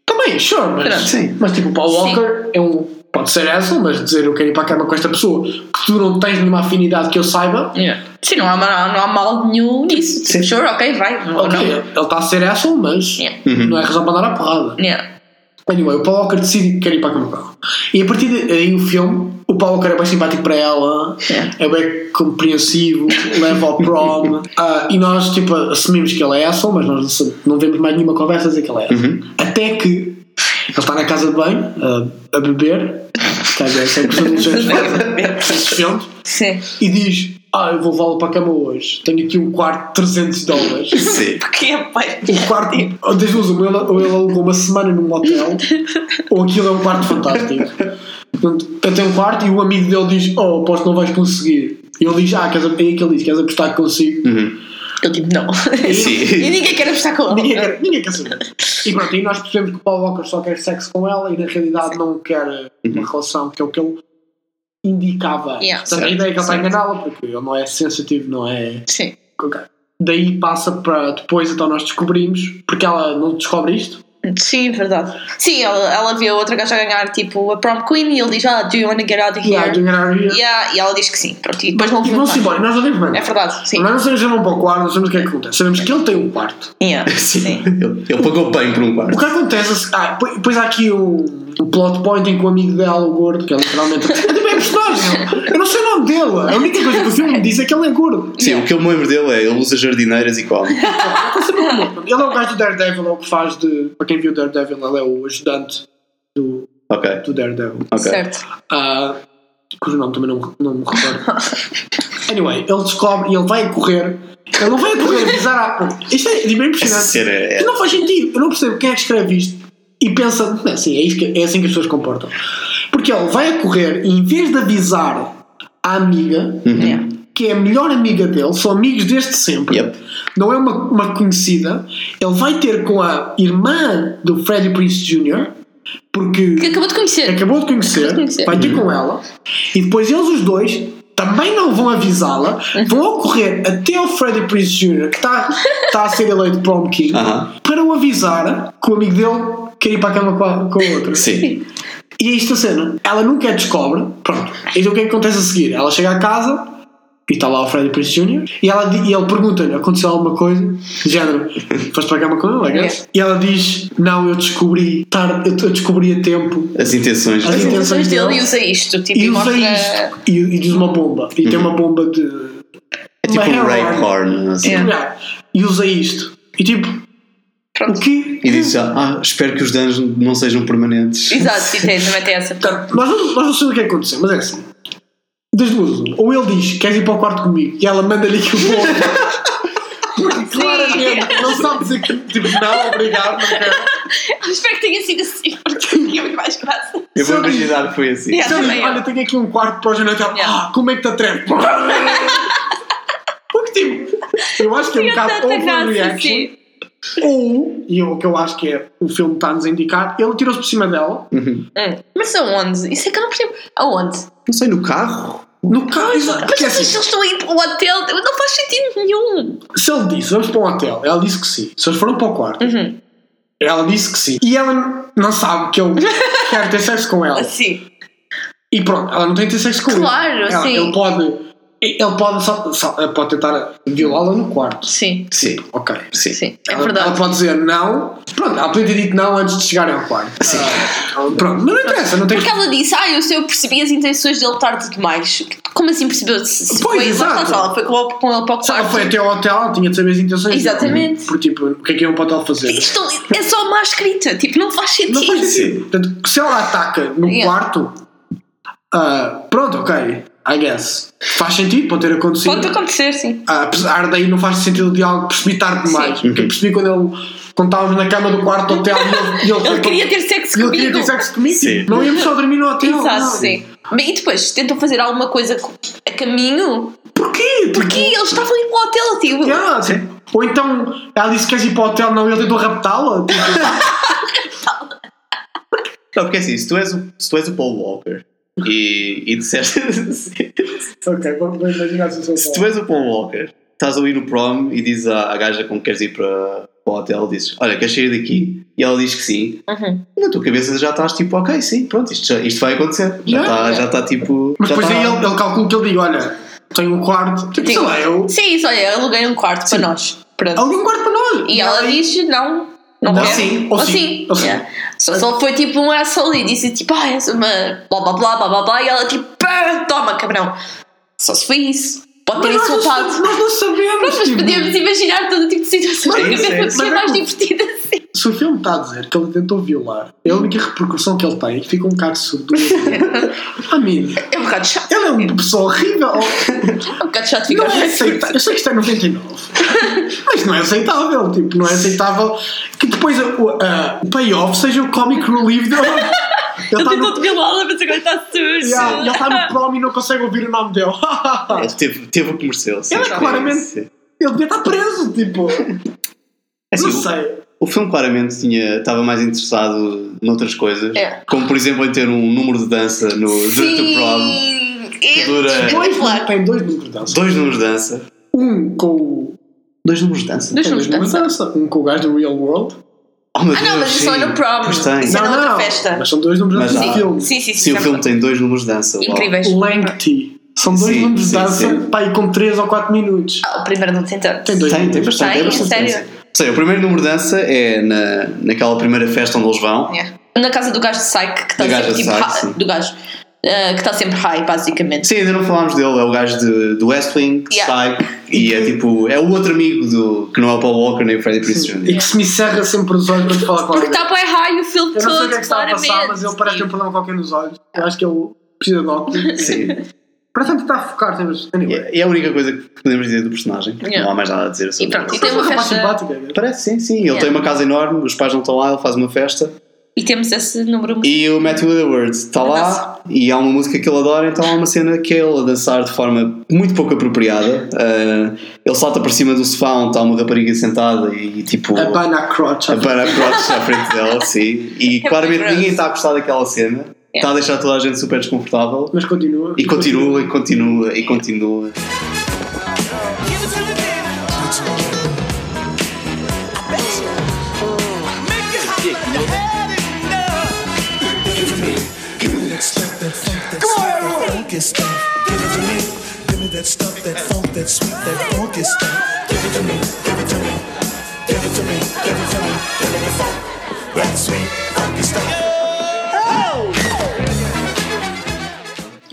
Speaker 4: Também, sure, mas,
Speaker 5: Pronto.
Speaker 2: Sim.
Speaker 4: mas tipo, o Paul
Speaker 5: Sim.
Speaker 4: Walker é um. Pode ser essa, mas dizer eu quero ir para a cama com esta pessoa que tu não tens nenhuma afinidade que eu saiba,
Speaker 5: Sim, não há, ma- não há mal nenhum nisso. Tipo, sure, ok, vai. Ou
Speaker 4: Ok,
Speaker 5: não.
Speaker 4: ele está a ser asshole, mas
Speaker 5: Yeah.
Speaker 4: não é razão para dar a porrada.
Speaker 5: Yeah.
Speaker 4: Anyway, o Paul Walker decide que quer ir para a cama com ela. E a partir daí o filme, o Paul Walker é bem simpático para ela,
Speaker 5: Yeah.
Speaker 4: é bem compreensivo, leva ao prom. Ah, e nós, tipo, assumimos que ele é asshole, mas nós não, sabe- não vemos mais nenhuma conversa a dizer que ele é asshole. Até que ele está na casa de banho, ah, a beber, Estás a ver? Essa é a impressão que os gajos fazem nesses filmes.
Speaker 5: Sim.
Speaker 4: E diz: Ah, eu vou levá-lo para a cama hoje. Tenho aqui um quarto de 300 dólares.
Speaker 2: Sim.
Speaker 5: Porque é pai.
Speaker 4: O Um quarto, oh, ou das duas, ou ele, ou ele alugou uma semana num hotel, ou aquilo é um quarto fantástico. Portanto, ele tem um quarto e o amigo dele diz: Oh, aposto que não vais conseguir. E ele diz: Ah, queres, é aí que ele diz: Queres apostar que consigo?
Speaker 5: Eu tipo, não.
Speaker 2: Sim.
Speaker 5: E ninguém quer apostar com
Speaker 4: Ninguém,
Speaker 5: ele.
Speaker 4: quer, ninguém quer saber. E pronto, e nós percebemos que o Paul Walker só quer sexo com ela e na realidade não quer uma relação, que é o que ele indicava.
Speaker 5: Yeah.
Speaker 4: Portanto, a ideia é que ele está a enganá-la, porque ele não é sensitivo, não é.
Speaker 5: Sim.
Speaker 4: Daí passa para depois, então nós descobrimos, porque ela não descobre isto.
Speaker 5: Sim, verdade. Sim, ela, ela viu a outra gaja ganhar tipo a prom queen e ele diz: Ah, do you want to get out of here?
Speaker 4: Yeah, do you-
Speaker 5: Yeah, e ela diz que sim. Pronto, e depois não
Speaker 4: E
Speaker 5: viu
Speaker 4: vão-se
Speaker 5: mais.
Speaker 4: embora, nós não temos
Speaker 5: É verdade, sim.
Speaker 4: Nós não sabemos se vão para o quarto, não sabemos o que é que acontece. Sabemos que ele tem um quarto.
Speaker 5: Yeah,
Speaker 2: Sim.
Speaker 5: sim.
Speaker 2: Ele, ele pagou bem por um
Speaker 4: O
Speaker 2: quarto.
Speaker 4: que acontece. Ah, pois- pois há aqui um, um plot point em que o amigo dela, o gordo, que é literalmente. É também é personagem! Eu não sei o nome dele! A única coisa que o filme me diz é que ele é gordo.
Speaker 2: Sim, o que eu me lembro dele é ele usa jardineiras e come.
Speaker 4: Ele é o gajo do Daredevil, é o que faz de. Para quem viu Daredevil, ele é o ajudante
Speaker 2: Ok,
Speaker 4: do Daredevil.
Speaker 2: ok.
Speaker 5: Certo.
Speaker 4: Ah, cujo nome também não, não me recordo. anyway, ele descobre e ele vai a correr. Ele não vai a correr avisar à. Isto é, é bem
Speaker 2: Essa
Speaker 4: impressionante.
Speaker 2: cena é.
Speaker 4: Que não faz sentido. Eu não percebo quem é que escreve isto e pensa, "Não, assim, é, isto que- é assim que as pessoas se comportam. Porque ele vai a correr e em vez de avisar a amiga,
Speaker 2: Hum.
Speaker 5: Yeah.
Speaker 4: que é a melhor amiga dele, são amigos desde sempre,
Speaker 2: Yep.
Speaker 4: não é uma, uma conhecida, ele vai ter com a irmã do Freddie Prince Jr., porque
Speaker 5: Que acabou de
Speaker 4: que
Speaker 5: conhecer.
Speaker 4: acabou de conhecer,
Speaker 5: Acabou de conhecer.
Speaker 4: vai ter
Speaker 2: Uhum.
Speaker 4: com ela, e depois eles os dois também não vão avisá-la, vão correr até ao Freddie Prince Jr., que está está a ser eleito prom king,
Speaker 2: Aham.
Speaker 4: para o avisar que o amigo dele quer ir para a cama com a, com a outra.
Speaker 2: Sim.
Speaker 4: E é isto a cena. Ela nunca a descobre, pronto. Então o que é que acontece a seguir? Ela chega a casa. E está lá o Freddie Prince Jr. E, ela, di- e ele pergunta-lhe: aconteceu alguma coisa? De género, foste para a cama com ele, I guess? E ela diz: Não, eu descobri tarde, eu- eu descobri a tempo
Speaker 2: As intenções
Speaker 4: As
Speaker 2: dele.
Speaker 4: intenções-
Speaker 5: Depois dele
Speaker 4: dele.
Speaker 5: e usa isto. Tipo,
Speaker 4: e usa
Speaker 5: mostra...
Speaker 4: isto e, e diz uma bomba e tem uma bomba de
Speaker 2: É tipo
Speaker 4: Uma
Speaker 2: um rape
Speaker 4: heroin.
Speaker 2: horn. Assim.
Speaker 5: Yeah.
Speaker 4: e usa isto e tipo
Speaker 5: Pronto.
Speaker 4: o quê?
Speaker 2: E diz já, ah, espero que os danos não sejam permanentes.
Speaker 5: Exato, e tem, também tem essa.
Speaker 4: Portanto, nós não, nós não sabemos o que é que aconteceu mas é assim das duas uma. ou ele diz queres ir para o quarto comigo e ela manda-lhe que eu vou
Speaker 5: Sim.
Speaker 4: claramente não sabe dizer que tipo não obrigado não quero
Speaker 5: Espero que tenha sido assim, porque tinha muito mais graça.
Speaker 4: um
Speaker 2: Eu vou imaginar que foi assim.
Speaker 5: Yeah.
Speaker 4: Então,
Speaker 5: também eu.
Speaker 4: olha tenho aqui um quarto para o Jonathan
Speaker 5: Yeah.
Speaker 4: ah como é que te atreves porque tipo eu acho que é um
Speaker 5: Tinha
Speaker 4: bocado
Speaker 5: tanta graça,
Speaker 4: overreaction
Speaker 5: sim.
Speaker 4: Ou, e o que eu acho que é o filme está-nos a indicar, ele tirou-se por cima dela,
Speaker 5: Hum. Mas aonde? Isso é que eu não percebo. Aonde?
Speaker 2: Não sei, no carro?
Speaker 4: no caso,
Speaker 5: Mas
Speaker 4: porque
Speaker 5: se eles
Speaker 4: assim,
Speaker 5: estão a ir para o hotel, não faz sentido nenhum.
Speaker 4: se ele disse vamos para um hotel, ela disse que sim, se eles foram para o quarto,
Speaker 5: Uhum.
Speaker 4: ela disse que sim, e ela não sabe que eu quero ter sexo com ela,
Speaker 5: Assim.
Speaker 4: e pronto, ela não tem que ter sexo com
Speaker 5: Claro,
Speaker 4: ele. Ela-
Speaker 5: sim.
Speaker 4: Ele pode, ele pode, só, só- pode tentar violá-la no quarto,
Speaker 5: Sim,
Speaker 2: Sim.
Speaker 4: ok.
Speaker 2: Sim.
Speaker 5: sim. É
Speaker 4: ela, ela
Speaker 5: verdade.
Speaker 4: pode dizer não, pronto, ela podia ter dito não antes de chegarem ao quarto, sim. pronto, mas não interessa, não tem
Speaker 5: Porque ela disse, ah, eu, sei, eu percebi as intenções dele tarde demais. Como assim percebeu? Se, se
Speaker 4: Pois,
Speaker 5: foi, lá está,
Speaker 4: exato.
Speaker 5: se ela foi com, com ele para o
Speaker 4: Se ela
Speaker 5: quarto.
Speaker 4: foi até ao hotel, ela tinha de saber as intenções. dela.
Speaker 5: Exatamente.
Speaker 4: Porque, tipo, o que é que é um hotel fazer?
Speaker 5: Isto é só má escrita, tipo, não faz sentido.
Speaker 4: Não faz sentido. Portanto, se ela ataca no
Speaker 5: Yeah.
Speaker 4: quarto, ah, pronto, ok, I guess. Faz sentido, pode ter acontecido.
Speaker 5: Pode acontecer, sim.
Speaker 4: Ah, apesar daí, não faz sentido o diálogo percebi tarde demais. Porque eu percebi quando ele. Quando estávamos na cama do quarto hotel e ele, e ele,
Speaker 5: Ele queria ter sexo
Speaker 4: e ele
Speaker 5: comigo.
Speaker 4: queria ter sexo comigo.
Speaker 2: Sim.
Speaker 4: Não íamos só dormir no hotel.
Speaker 5: Exato,
Speaker 4: não.
Speaker 5: sim. E depois tentam fazer alguma coisa co- a caminho.
Speaker 4: Porquê?
Speaker 5: Porque eles estavam indo para o hotel, tipo.
Speaker 4: Yeah, sim. Ou então ela disse que queres ir para o hotel, não, e ele tentou raptá-la. Tipo,
Speaker 2: Não, porque assim, se tu és o, se tu és o Paul Walker e, e disseste.
Speaker 4: ok, vou, vou imaginar se eu
Speaker 2: se
Speaker 4: sou
Speaker 2: tu és o Paul Walker, estás ali no prom e dizes à, à gaja com que queres ir para, para o hotel, dizes, olha, queres sair daqui? E ela diz que sim.
Speaker 5: Uhum.
Speaker 2: E na tua cabeça já estás tipo, ok, sim, pronto, isto, já- isto vai acontecer. Já
Speaker 4: Yeah,
Speaker 2: está
Speaker 5: é.
Speaker 2: já está tipo.
Speaker 4: Mas
Speaker 2: já
Speaker 4: depois
Speaker 2: está-
Speaker 4: aí ele, ele calcula que ele diz: olha, tenho um quarto, tipo, sei
Speaker 5: Sim.
Speaker 4: lá, eu.
Speaker 5: Sim, isso, olha, aluguei um quarto para nós. Pronto.
Speaker 4: Alguém um quarto para nós.
Speaker 5: E ela diz não. Não,
Speaker 4: Não,
Speaker 5: quer.
Speaker 4: sim, ou sim, ou sim.
Speaker 5: Yeah. É. Só, só foi tipo um asshole e disse tipo, ah, és uma blá blá blá blá blá blá e ela tipo, pá, toma cabrão. Só se foi isso. Pode ter
Speaker 4: Mas nós, não
Speaker 5: insultado.
Speaker 4: sabemos- nós não sabemos.
Speaker 5: Mas
Speaker 4: tipo,
Speaker 5: podemos imaginar todo tipo de situações
Speaker 2: Sim,
Speaker 5: na
Speaker 2: sim,
Speaker 5: cabeça porque
Speaker 4: sim.
Speaker 5: é mais divertida assim.
Speaker 4: se o filme está a dizer que ele tentou violar, é a única repercussão que ele tem é que fica um bocado surdo. Ah, Amigo,
Speaker 5: É um bocado chato.
Speaker 4: ele é uma pessoa horrível.
Speaker 5: É um bocado chato
Speaker 4: Não
Speaker 5: ficar
Speaker 4: é aceitável. Eu sei que isto é 99, mas não é aceitável. Tipo, não é aceitável que depois o, a- o payoff seja o comic relief dele. Ele
Speaker 5: Eu
Speaker 4: está
Speaker 5: tentou
Speaker 4: tá no,
Speaker 5: te violá-la, mas agora está sujo.
Speaker 4: yeah, ele tá no prom e não consegue ouvir o nome dele.
Speaker 2: Ele é, teve, teve o que mereceu. sim.
Speaker 4: Ele claramente- Ele devia estar preso, tipo.
Speaker 2: É assim,
Speaker 4: Não
Speaker 2: o-
Speaker 4: sei.
Speaker 2: O filme claramente tinha, estava mais interessado noutras coisas.
Speaker 5: É.
Speaker 2: Como, por exemplo, em ter um número de dança no durante o é prom.
Speaker 5: Sim. E-
Speaker 2: Dura-
Speaker 4: Dois,
Speaker 5: Espetacular.
Speaker 4: tem dois números de dança.
Speaker 2: Dois números de dança.
Speaker 4: Um com o.
Speaker 2: Dois números de dança?
Speaker 5: Dois
Speaker 4: tem
Speaker 5: números de dança.
Speaker 4: Um com o gajo do Real World.
Speaker 2: Oh, meu
Speaker 5: Ah, não,
Speaker 2: Deus,
Speaker 5: mas isso
Speaker 2: sim.
Speaker 5: é no prom.
Speaker 2: Pois tem.
Speaker 5: Isso é na outra festa.
Speaker 4: Mas são dois números de
Speaker 2: Mas
Speaker 4: dança
Speaker 2: há-
Speaker 4: do filme.
Speaker 5: Sim, sim, sim.
Speaker 2: Sim, o
Speaker 5: sempre.
Speaker 2: filme tem dois números de dança. uau.
Speaker 5: Incríveis.
Speaker 4: Lengthy. São dois
Speaker 2: Sim,
Speaker 4: números de
Speaker 2: sim,
Speaker 4: dança
Speaker 2: sim.
Speaker 4: pá, aí com 3 ou 4 minutos.
Speaker 5: Ah, o primeiro não tem tanto.
Speaker 4: Tem dois
Speaker 2: Tem, tem
Speaker 4: números.
Speaker 2: bastante.
Speaker 5: Tem,
Speaker 2: é bastante
Speaker 5: sério?
Speaker 2: dança. Sim, o primeiro número de dança é na, naquela primeira festa onde eles vão.
Speaker 5: Yeah. É. Na casa do gajo de Psyche, que está
Speaker 2: Do gajo
Speaker 5: sempre
Speaker 2: de
Speaker 5: tipo
Speaker 2: Psyche,
Speaker 5: high-
Speaker 2: sim.
Speaker 5: do gajo. eh, que está sempre high, basicamente.
Speaker 2: Sim, ainda não falámos dele, é o gajo de, do West Wing,
Speaker 5: Yeah.
Speaker 2: Psyche, e é tipo, é o outro amigo do, que não é o Paul Walker nem o Freddie Prinze Jr.
Speaker 4: E que se me serra sempre os olhos quando fala com
Speaker 5: Porque tá
Speaker 4: alguém.
Speaker 5: está bem high o filme
Speaker 4: Eu não sei o
Speaker 5: todo,
Speaker 4: que é que está a passar, mas ele parece ter um problema qualquer nos olhos. Eu acho que ele precisa de óculos.
Speaker 2: Sim.
Speaker 4: Parece que está a focar, mas. Anyway.
Speaker 2: É é a única coisa que podemos dizer do personagem, porque
Speaker 5: Yeah.
Speaker 2: não há mais nada a dizer sobre
Speaker 5: E pronto,
Speaker 2: ele.
Speaker 5: e tem
Speaker 4: Parece
Speaker 5: uma
Speaker 4: um rapaz
Speaker 5: festa.
Speaker 4: simpático. é.
Speaker 2: Parece, sim, sim. Ele
Speaker 5: Yeah.
Speaker 2: tem uma casa enorme, os pais não estão lá, ele faz uma festa.
Speaker 5: E temos esse número muito.
Speaker 2: E o Matthew Edwards está tá lá e há uma música que ele adora, então há uma cena que é ele a dançar de forma muito pouco apropriada. Ah, ele salta para cima do sofá onde está uma rapariga sentada e tipo.
Speaker 4: A Bana É Crotch.
Speaker 2: a para prótese à frente dela, sim. E claramente
Speaker 5: gross.
Speaker 2: ninguém está a gostar daquela cena. Está a deixar toda a gente super desconfortável.
Speaker 4: Mas continua.
Speaker 2: E continua, e continua, e continua.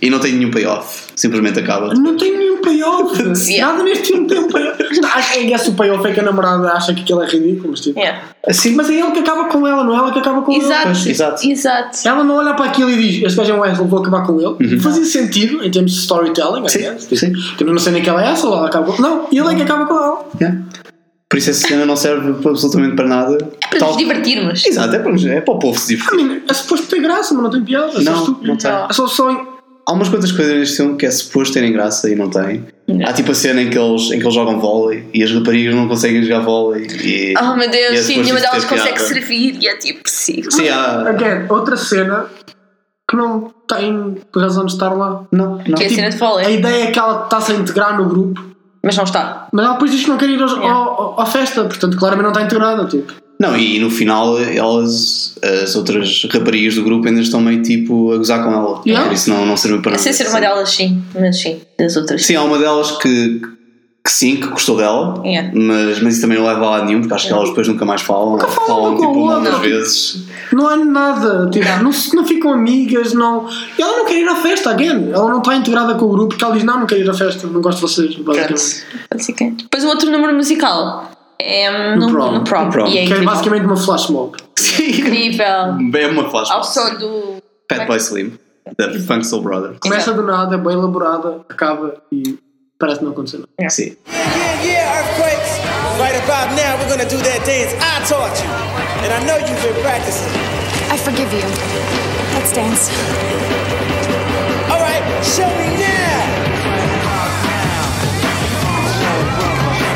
Speaker 2: E não tem nenhum payoff. Simplesmente acaba.
Speaker 4: Não tem nenhum payoff.
Speaker 5: Yeah.
Speaker 4: Nada neste filme tem um payoff. Acho que esse payoff é que a namorada acha que aquilo é ridículo. Mas, tipo,
Speaker 5: Yeah.
Speaker 2: Assim, mas
Speaker 4: mas é ele que acaba com ela, não é ela que acaba com ele.
Speaker 5: Exato,
Speaker 2: Exato.
Speaker 5: exato.
Speaker 4: Ela não olha para aquilo e diz: Este gajo é um asshole, vou acabar com ele. Fazia sentido em termos de storytelling, I
Speaker 2: Uhum. Sim,
Speaker 4: guess.
Speaker 2: sim.
Speaker 4: Tipo, não sei nem que ela é asshole, ela acaba com. Não, ele é que acaba com ela.
Speaker 2: Yeah. Por isso essa cena não serve para- absolutamente para nada.
Speaker 5: É para nos divertirmos.
Speaker 2: Exato, é para, nos- é para o povo se
Speaker 4: I
Speaker 2: divertir.
Speaker 4: mean, é suposto ter graça, mas não tem piada. é só
Speaker 2: Não,
Speaker 4: estúpido.
Speaker 2: não tem.
Speaker 4: É só só em.
Speaker 2: Há umas quantas coisas neste filme que é suposto terem graça e não têm. Há tipo a cena em que eles, em que eles jogam vôlei e as raparigas não conseguem jogar vôlei. E...
Speaker 5: Oh meu
Speaker 2: e é
Speaker 5: Deus, sim,
Speaker 2: suposto
Speaker 5: nenhuma
Speaker 2: isso ter
Speaker 5: delas consegue
Speaker 2: piada.
Speaker 5: servir e é tipo, sim.
Speaker 2: Sim, há...
Speaker 4: Again, outra cena que não tem razão de estar lá.
Speaker 2: Não, não.
Speaker 5: Que é a cena de
Speaker 4: A
Speaker 5: vôlei.
Speaker 4: ideia é que ela está-se a integrar no grupo,
Speaker 5: Mas não está.
Speaker 4: mas ela depois diz que não quer ir aos- ao- ao- à festa, portanto, claramente não está integrada. Tipo.
Speaker 2: Não, e no final elas, as outras raparigas do grupo ainda estão meio tipo a gozar com ela.
Speaker 4: Yeah.
Speaker 2: Por isso não, não serve para nada.
Speaker 5: Sem ser uma
Speaker 2: Sim.
Speaker 5: delas, sim. Mas sim, das outras.
Speaker 2: Sim, há uma delas que, que sim, que gostou dela,
Speaker 5: Yeah.
Speaker 2: mas, mas isso também não leva a lado nenhum, porque acho que elas depois nunca mais falam, ou
Speaker 4: falam
Speaker 2: falam
Speaker 4: uma com a
Speaker 2: tipo uma ou
Speaker 4: outra.
Speaker 2: duas vezes.
Speaker 4: Não há nada, tipo, não, se- não ficam amigas, não. E ela não quer ir à festa, again. Ela não está integrada com o grupo, porque ela diz: Não, não quero ir à festa, não gosto de vocês.
Speaker 5: Pronto.
Speaker 4: Basicamente.
Speaker 5: Basicamente. Depois um outro número musical. É hum,
Speaker 4: No
Speaker 5: no,
Speaker 4: prom.
Speaker 5: no prom.
Speaker 2: No prom.
Speaker 5: E é
Speaker 4: Que é
Speaker 5: incrível.
Speaker 4: basicamente uma flash mob.
Speaker 2: Sim,
Speaker 5: Incrível.
Speaker 2: é uma flash.
Speaker 5: Ao som do.
Speaker 2: Fat Boy Slim, da Funk Soul Brother.
Speaker 4: Começa do nada, é bem elaborada, acaba e parece não acontecer nada.
Speaker 2: Sim.
Speaker 7: Yeah, yeah, earthquakes. Right about now, we're gonna do that dance I taught you. And I know you've been practicing.
Speaker 1: I forgive you. Let's dance.
Speaker 7: All right, show me now.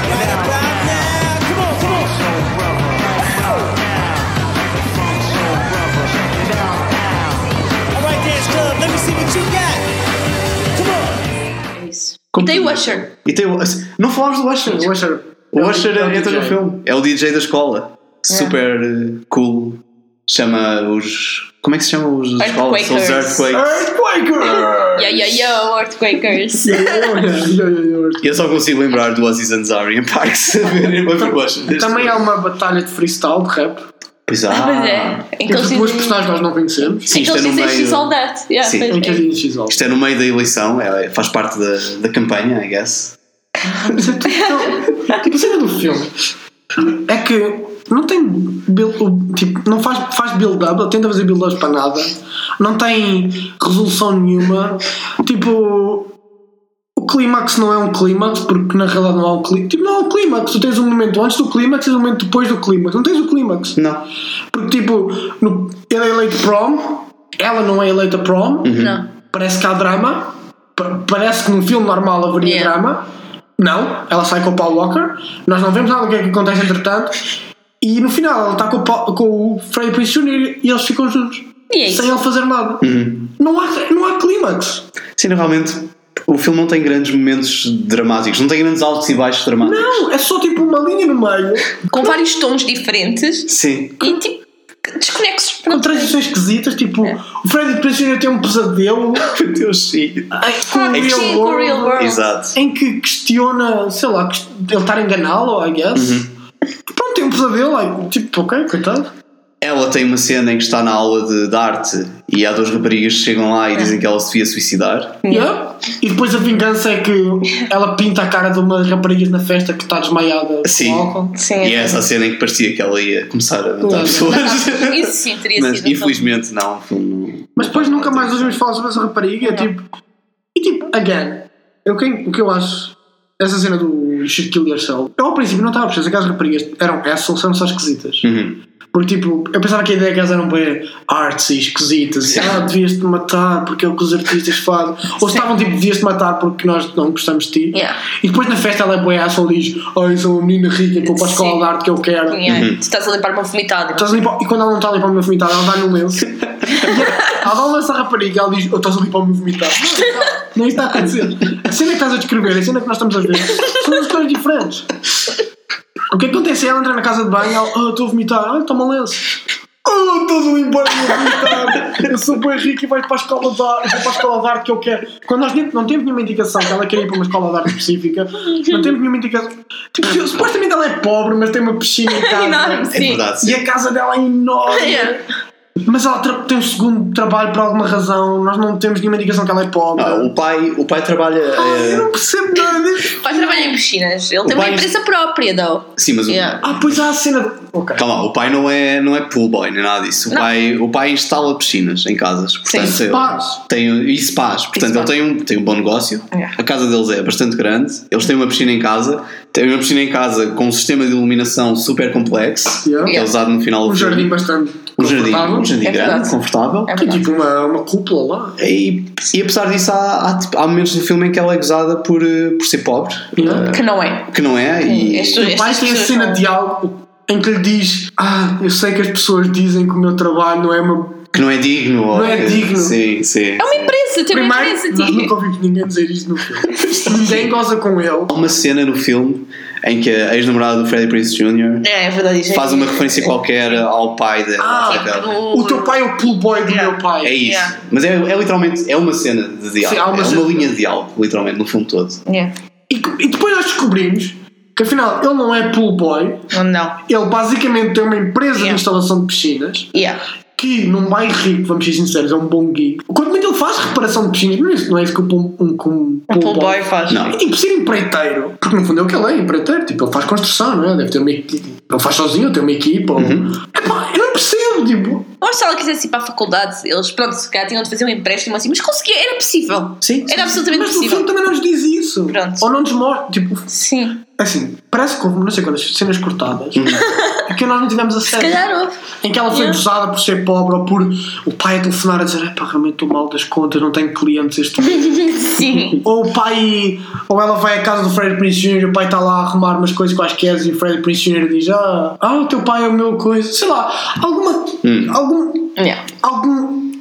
Speaker 7: Right about now. Come on, come on. All right, dance club, let me see what you got. Come on.
Speaker 5: É isso. E tem o Usher.
Speaker 2: E tem o Não falámos do Usher.
Speaker 4: O Usher.
Speaker 2: O Usher
Speaker 4: é o
Speaker 2: entra
Speaker 4: DJ.
Speaker 2: no filme. É o DJ da escola. Super eh, cool. Chama os. Como é que se chama os da escola? São os
Speaker 5: Earthquakers.
Speaker 2: Earthquakers.
Speaker 4: Earthquaker!
Speaker 5: Yo, yo, yo, é Earthquakers.
Speaker 4: É,
Speaker 2: Eu só consigo lembrar do Aziz Ansari em Parks a verem uma proposta deste
Speaker 4: Também
Speaker 2: filme.
Speaker 4: é há uma batalha de freestyle de rap
Speaker 2: Pois há.
Speaker 5: Pois é. Em que
Speaker 4: entre
Speaker 5: eles
Speaker 4: duas
Speaker 5: dizem.
Speaker 4: personagens que nós não conhecemos.
Speaker 2: Sim,
Speaker 5: Em que
Speaker 2: isto é
Speaker 5: eles
Speaker 2: no
Speaker 5: dizem
Speaker 2: meio.
Speaker 5: She's all that. Yeah,
Speaker 2: Sim.
Speaker 4: Em
Speaker 5: pois
Speaker 4: que
Speaker 5: é.
Speaker 4: havia X-Alto.
Speaker 2: Isto é no meio da eleição, é, faz parte
Speaker 4: é
Speaker 2: da, da campanha, I guess.
Speaker 4: Tipo, a cena do filme É que não tem build, tipo, não faz, faz build-up, ele tenta fazer build-ups para nada, não tem resolução nenhuma, tipo. O clímax não é um clímax, porque na realidade não há um clímax. Tipo, não há um clímax. Tu tens um momento antes do clímax e um momento depois do clímax. Não tens o clímax.
Speaker 2: Não.
Speaker 4: Porque, tipo, no- ele é eleito prom, ela não é eleita prom,
Speaker 5: Não.
Speaker 4: parece que há drama, pa- parece que num filme normal haveria
Speaker 5: Yeah.
Speaker 4: drama. Não, ela sai com o Paul Walker, nós não vemos nada do que é que acontece entretanto, e no final ela está com o, Paul- com o Freddie Prinze Jr. e eles ficam juntos.
Speaker 5: E é isso.
Speaker 4: Sem ele fazer nada. Não, há, não há clímax.
Speaker 2: Sim, realmente, o filme não tem grandes momentos dramáticos, não tem grandes altos e baixos dramáticos.
Speaker 4: Não, é só tipo uma linha no meio,
Speaker 5: Com vários tons diferentes
Speaker 2: Sim.
Speaker 5: e tipo desconexos.
Speaker 4: com transições esquisitas,
Speaker 5: É.
Speaker 4: tipo, o Freddie Prinze Jr. tem um pesadelo
Speaker 2: Meu Deus, sim.
Speaker 4: ai, com o
Speaker 5: Ah,
Speaker 4: real
Speaker 5: sim, com o
Speaker 4: world.
Speaker 5: real world.
Speaker 2: Exato.
Speaker 4: em que questiona, sei lá, quest- ele estar a enganá-lo, I guess. Pronto, tem um pesadelo, like, tipo, ok, coitado.
Speaker 2: Ela tem uma cena em que está na aula de, de arte e há duas raparigas que chegam lá
Speaker 5: É.
Speaker 2: e dizem que ela se devia suicidar.
Speaker 4: Yeah. E depois a vingança é que ela pinta a cara de uma rapariga na festa que está desmaiada
Speaker 2: Sim.
Speaker 4: com álcool.
Speaker 5: Sim.
Speaker 2: E é essa a cena em que parecia que ela ia começar a matar
Speaker 4: Claro.
Speaker 2: pessoas.
Speaker 5: Isso sim teria
Speaker 2: Mas
Speaker 5: sido. um filme.
Speaker 2: infelizmente não, o filme
Speaker 4: Mas depois nunca mais ouvimos falar sobre essa rapariga, tipo. E tipo, again, eu, quem, o que eu acho, essa cena do You Should Kill Yourself, eu ao princípio não estava a perceber que as raparigas eram essas, são só esquisitas.
Speaker 2: Uhum.
Speaker 4: Porque tipo, eu pensava que a ideia que elas eram bem artes e esquisitas. E, ah, devias-te matar porque é o que os artistas fazem. Ou se estavam tipo, devias-te matar porque nós não gostamos de ti.
Speaker 5: Yeah.
Speaker 4: E depois na festa ela é boa e diz, oh, eu sou uma menina rica que eu posso escola
Speaker 5: Sim.
Speaker 4: de arte que eu quero.
Speaker 2: Uhum.
Speaker 5: Yeah. Tu estás a limpar uma vomitada.
Speaker 4: Estás a limpar- E quando ela não está a limpar o meu vomitado, ela dá-lhe um lenço. E ela ela dá um lenço à rapariga e ela diz, oh, estás a limpar o meu vomitado. Não, não, não isto está a acontecer. A cena que estás a descrever, a cena que nós estamos a ver, são duas coisas diferentes. O que acontece é ela entra na casa de banho e ela, oh, estou a vomitar, olha, toma lenço. Oh, estás a limpar o meu vomitado. Eu sou bem rico e vais para a escola de arte, vou para a escola de arte que eu quero. Quando nós nem- não temos nenhuma indicação que ela quer ir para uma escola de arte específica, não temos nenhuma indicação. Tipo, se- supostamente ela é pobre, mas tem uma piscina em casa.
Speaker 5: Enorme,
Speaker 2: É
Speaker 5: Sim. É.
Speaker 2: verdade,
Speaker 4: E
Speaker 2: sim.
Speaker 4: a casa dela é enorme.
Speaker 5: Yeah.
Speaker 4: Mas ela tra- tem um segundo trabalho por alguma razão. Nós não temos nenhuma indicação que ela é pobre.
Speaker 2: Ah, o, pai, o pai trabalha.
Speaker 4: Ah,
Speaker 2: eh,
Speaker 4: eu não percebo nada disso.
Speaker 5: Pai trabalha em piscinas. Ele tem uma
Speaker 2: pai-
Speaker 5: empresa própria, though.
Speaker 2: Sim, mas o-
Speaker 5: Yeah.
Speaker 4: Ah, pois há a cena. do- Ok.
Speaker 2: Calma, o pai não é, não é pool boy, nem nada disso. O
Speaker 5: Não.
Speaker 2: pai, o pai instala piscinas em casas. Portanto,
Speaker 5: Sim.
Speaker 2: ele
Speaker 4: Spas.
Speaker 2: Tem, um, e spas. Portanto, ele tem um, tem um bom negócio.
Speaker 5: Yeah.
Speaker 2: A casa deles é bastante grande. Eles têm uma piscina em casa. Têm uma piscina em casa com um sistema de iluminação super complexo.
Speaker 4: Yeah.
Speaker 2: Que é usado no final do
Speaker 4: Um
Speaker 2: filme.
Speaker 4: jardim bastante.
Speaker 2: Um jardim,
Speaker 4: confortável.
Speaker 2: um jardim
Speaker 5: É
Speaker 2: grande,
Speaker 5: verdade.
Speaker 2: confortável.
Speaker 5: É
Speaker 4: Tem
Speaker 5: verdade.
Speaker 4: tipo uma, uma cúpula lá.
Speaker 2: E, e apesar disso, há, há, tipo, há momentos no filme em que ela é gozada por, eh, por ser pobre, Ah.
Speaker 4: Yeah.
Speaker 5: Que não é.
Speaker 2: que não é. E,
Speaker 5: Este-
Speaker 4: tipo- O pai
Speaker 5: estas
Speaker 4: tem a
Speaker 5: pessoas
Speaker 4: cena
Speaker 5: são-
Speaker 4: de algo em que lhe diz: Ah, eu sei que as pessoas dizem que o meu trabalho não é uma.
Speaker 2: que não é digno. ou
Speaker 4: Não é
Speaker 2: que-
Speaker 4: digno.
Speaker 2: Sim, sim.
Speaker 5: É uma empresa, tem uma empresa,
Speaker 4: Primeiro, nós nunca
Speaker 5: tipo.
Speaker 4: ouvimos ninguém dizer isto no filme. ninguém goza com ele.
Speaker 2: Há uma cena no filme em que a ex-namorada do Freddie Prinze Jr.
Speaker 5: É, é verdade. isso é-
Speaker 2: faz uma referência qualquer ao pai dela.
Speaker 4: Ah,
Speaker 2: sabe?
Speaker 5: do-
Speaker 4: O teu pai é o pool boy do meu pai.
Speaker 2: É isso.
Speaker 5: Yeah.
Speaker 2: Mas é, é literalmente é uma cena de diálogo.
Speaker 4: Sim, há uma
Speaker 2: é uma
Speaker 4: cena-
Speaker 2: linha de diálogo, literalmente, no filme todo.
Speaker 5: Yeah.
Speaker 4: E, e depois nós descobrimos que afinal ele não é pool boy,
Speaker 5: Não.
Speaker 4: ele basicamente tem uma empresa de
Speaker 5: Yeah.
Speaker 4: instalação de piscinas
Speaker 5: Yeah.
Speaker 4: que num bairro rico, vamos ser sinceros, é um bom gig. Quanto muito ele faz reparação de piscinas, mas isso não é isso que um, um, um, um
Speaker 5: O pool boy faz.
Speaker 2: Não.
Speaker 4: É tipo ser empreiteiro, porque no fundo é o que ele é, empreiteiro, tipo, ele faz construção, não é? Deve ter uma equipe, ele faz sozinho, ele tem uma equipa. ou- Epá, eu não percebo, tipo,
Speaker 5: Ou se ela quisesse ir para a faculdade, eles, pronto, se calhar tinham de fazer um empréstimo assim, mas conseguia, era possível.
Speaker 2: Sim.
Speaker 5: Era absolutamente
Speaker 4: mas no filme
Speaker 5: possível.
Speaker 4: também não nos diz isso.
Speaker 5: Pronto.
Speaker 4: Ou não nos mostra, tipo,
Speaker 5: Sim.
Speaker 4: assim, parece que houve não sei quantas cenas cortadas
Speaker 2: Hum. Uhum.
Speaker 4: é que nós não tivemos acesso.
Speaker 5: Se calhar houve.
Speaker 4: em que ela foi
Speaker 5: Yeah.
Speaker 4: gozada por ser pobre ou por o pai a telefonar a dizer "Epá, realmente estou mal das contas, não tenho clientes este mês."
Speaker 5: Sim.
Speaker 4: ou o pai ou ela vai à casa do Fred Prince Jr e o pai está lá a arrumar umas coisas quaisquer e o Fred Prince Jr diz ah, ah o teu pai é o meu coisa sei lá alguma algum
Speaker 5: Yeah.
Speaker 4: algum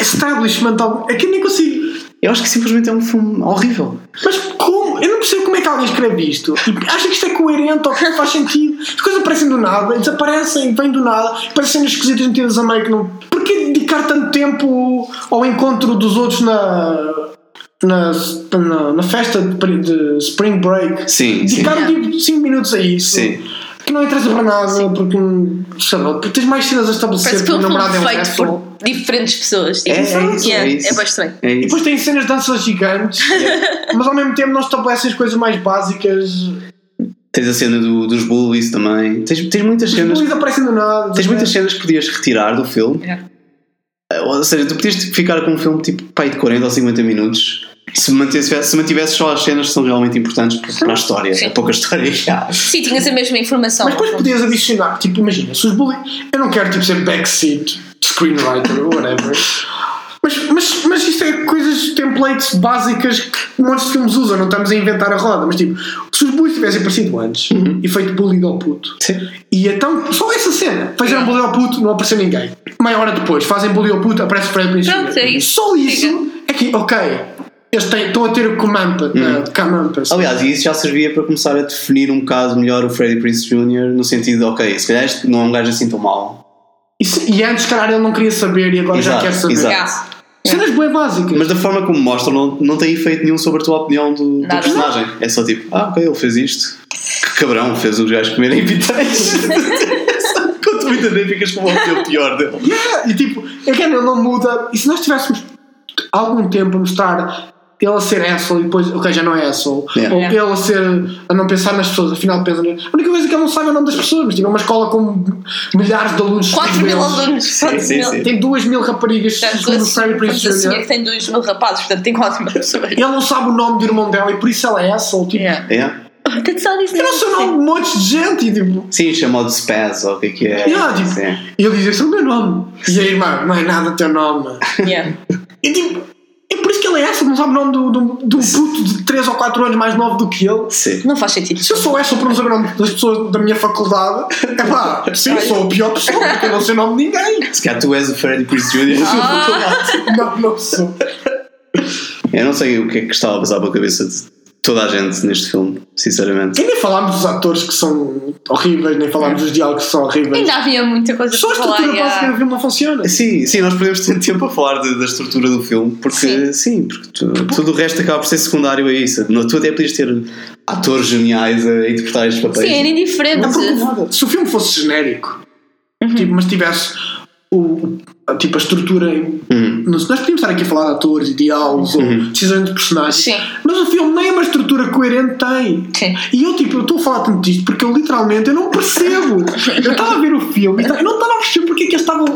Speaker 4: establishment algum, é que eu nem consigo
Speaker 2: Eu acho que simplesmente é um filme horrível.
Speaker 4: mas como? Eu não percebo como é que alguém escreve isto. E acha que isto é coerente ou que faz sentido? As coisas aparecem do nada, desaparecem, vêm do nada, parecem esquisitas metidas a meio que não. Porquê dedicar tanto tempo ao encontro dos outros na. Na, na, na festa de, pri- de Spring Break
Speaker 2: Sim, sim.
Speaker 4: dedicar tipo 5 minutos a isso
Speaker 2: Sim.
Speaker 4: que não interessa para nada porque, hum, sei lá, porque tens mais cenas a estabelecer
Speaker 5: Parece que
Speaker 4: porque o
Speaker 5: foi um
Speaker 4: namorado é um
Speaker 5: filme feito
Speaker 4: asshole.
Speaker 5: por diferentes pessoas. tipo.
Speaker 2: É, é isso,
Speaker 5: Yeah,
Speaker 2: é isso.
Speaker 5: É bem estranho.
Speaker 2: É
Speaker 4: E
Speaker 2: isso.
Speaker 4: depois tem cenas de danças gigantes, mas ao mesmo tempo não estabelecem as coisas mais básicas.
Speaker 2: Tens a cena do- dos bullies também. Tens, tens muitas
Speaker 4: Os
Speaker 2: cenas.
Speaker 4: bullies aparecem do nada. né?
Speaker 2: Tens muitas cenas que podias retirar do filme. Eh,
Speaker 5: Yeah.
Speaker 2: Ou seja, tu podias tipo, ficar com um filme tipo pai de 40 ou 50 minutos se mantivesse, se mantivesse só as cenas que são realmente importantes para para a história.
Speaker 5: Sim.
Speaker 2: É pouca história. já.
Speaker 5: Sim, tinhas a mesma informação.
Speaker 4: Mas depois podias adicionar, tipo, imagina, se os bullies. Eu não quero tipo ser backseat, screenwriter, whatever. Mas, mas, mas isto é coisas, templates básicas que um monte de filmes usam, não estamos a inventar a roda. Mas tipo, se os bullies tivessem aparecido antes
Speaker 2: Uhum.
Speaker 4: e feito bullying ao puto,
Speaker 2: Sim.
Speaker 4: e então, só essa cena, fizeram bullying ao puto, não apareceu ninguém. Meia hora depois, fazem bullying ao puto, aparece o Fred Prinze
Speaker 5: Pronto,
Speaker 4: Jr.
Speaker 5: é isso.
Speaker 4: Só isso é que, ok, eles têm, estão a ter o Kamampa, hum.
Speaker 2: Uhum. Aliás, e isso já servia para começar a definir um bocado melhor o Freddie Prince Jr. no sentido de, ok, se calhar este não é um gajo assim tão mau.
Speaker 4: E, se- e antes, caralho, ele não queria saber e agora já
Speaker 2: Exato,
Speaker 4: quer saber.
Speaker 2: exato.
Speaker 5: Yeah.
Speaker 4: Cenas bem básicas.
Speaker 2: Mas da forma como mostram, não, não tem efeito nenhum sobre a tua opinião do, do
Speaker 5: Nada.
Speaker 2: personagem. É só tipo, ah, ok, ele fez isto. Que cabrão, fez os gajos comerem pitéis. Quanto muito nem ficas com uma opinião é pior dele.
Speaker 4: Yeah, E tipo, again, ele não muda. E se nós tivéssemos algum tempo a mostrar ele a ser asshole e depois, ok, já não é asshole.
Speaker 2: Yeah.
Speaker 4: Ou
Speaker 5: Yeah.
Speaker 4: ele a ser, a não pensar nas pessoas, afinal pensa nas... A única coisa é que ele não sabe é o nome das pessoas, mas tipo, é uma escola com milhares de alunos.
Speaker 5: 4 mil
Speaker 4: iguais.
Speaker 5: alunos. Tá,
Speaker 2: Sim, sim, sim.
Speaker 4: Tem duas mil raparigas segundo o Freddy
Speaker 5: Vamos
Speaker 4: Prince
Speaker 5: assumir que
Speaker 4: Jr.
Speaker 5: tem 2 mil rapazes, portanto tem 4 mil pessoas.
Speaker 4: Ele não sabe o nome do irmão dela e por isso ela é asshole. Tipo,
Speaker 5: Yeah.
Speaker 2: Yeah.
Speaker 5: That's all this
Speaker 4: Eu não sei o nome de um monte de gente e tipo...
Speaker 2: Sim, chamado Spaz, ou o que é que é.
Speaker 4: Yeah, tipo,
Speaker 2: Sim.
Speaker 4: E ele diz, esse é o meu nome. E a irmã, não é nada teu nome.
Speaker 5: assim. Yeah.
Speaker 4: E tipo, é por isso que ele é essa, não sabe o nome do- do- de um puto de 3 ou 4 anos mais novo do que ele.
Speaker 2: Sim.
Speaker 5: Não faz sentido.
Speaker 4: Se eu sou essa para não saber o nome das pessoas da minha faculdade, é pá, sim, sou a pior pessoa, porque eu não sei o nome de ninguém. Tipo,
Speaker 2: Se calhar tu és o Freddie Prince Jr.
Speaker 4: Ah. Não, não sou.
Speaker 2: Eu não sei o que é que estava a passar pela cabeça de toda a gente neste filme, sinceramente.
Speaker 4: E nem falámos dos atores que são horríveis, nem falámos dos diálogos que são horríveis.
Speaker 5: Ainda havia muita coisa
Speaker 4: Só a
Speaker 5: para falar.
Speaker 4: estrutura básica do
Speaker 5: yeah.
Speaker 4: filme não funciona.
Speaker 2: Sim, sim, nós podemos ter tempo a falar de- da estrutura do filme, porque sim,
Speaker 5: Sim.
Speaker 2: porque tu- tudo o resto acaba por ser secundário a isso. No- Tu até podias ter atores geniais a interpretar estes papéis.
Speaker 5: Sim, era indiferente.
Speaker 4: Não preocupava. Se o filme fosse genérico,
Speaker 5: Uhum.
Speaker 4: tipo, mas tivesse o, a- tipo, a estrutura. em- Não sei, Nós podíamos estar aqui a falar de atores e diálogos ou decisões de personagens,
Speaker 5: Sim.
Speaker 4: mas o filme nem uma estrutura coerente tem.
Speaker 5: Sim.
Speaker 4: E eu, tipo, eu estou a falar tanto disto porque eu literalmente eu não percebo. eu estava a ver o filme e ta- eu não estava a perceber porque é que eles estavam.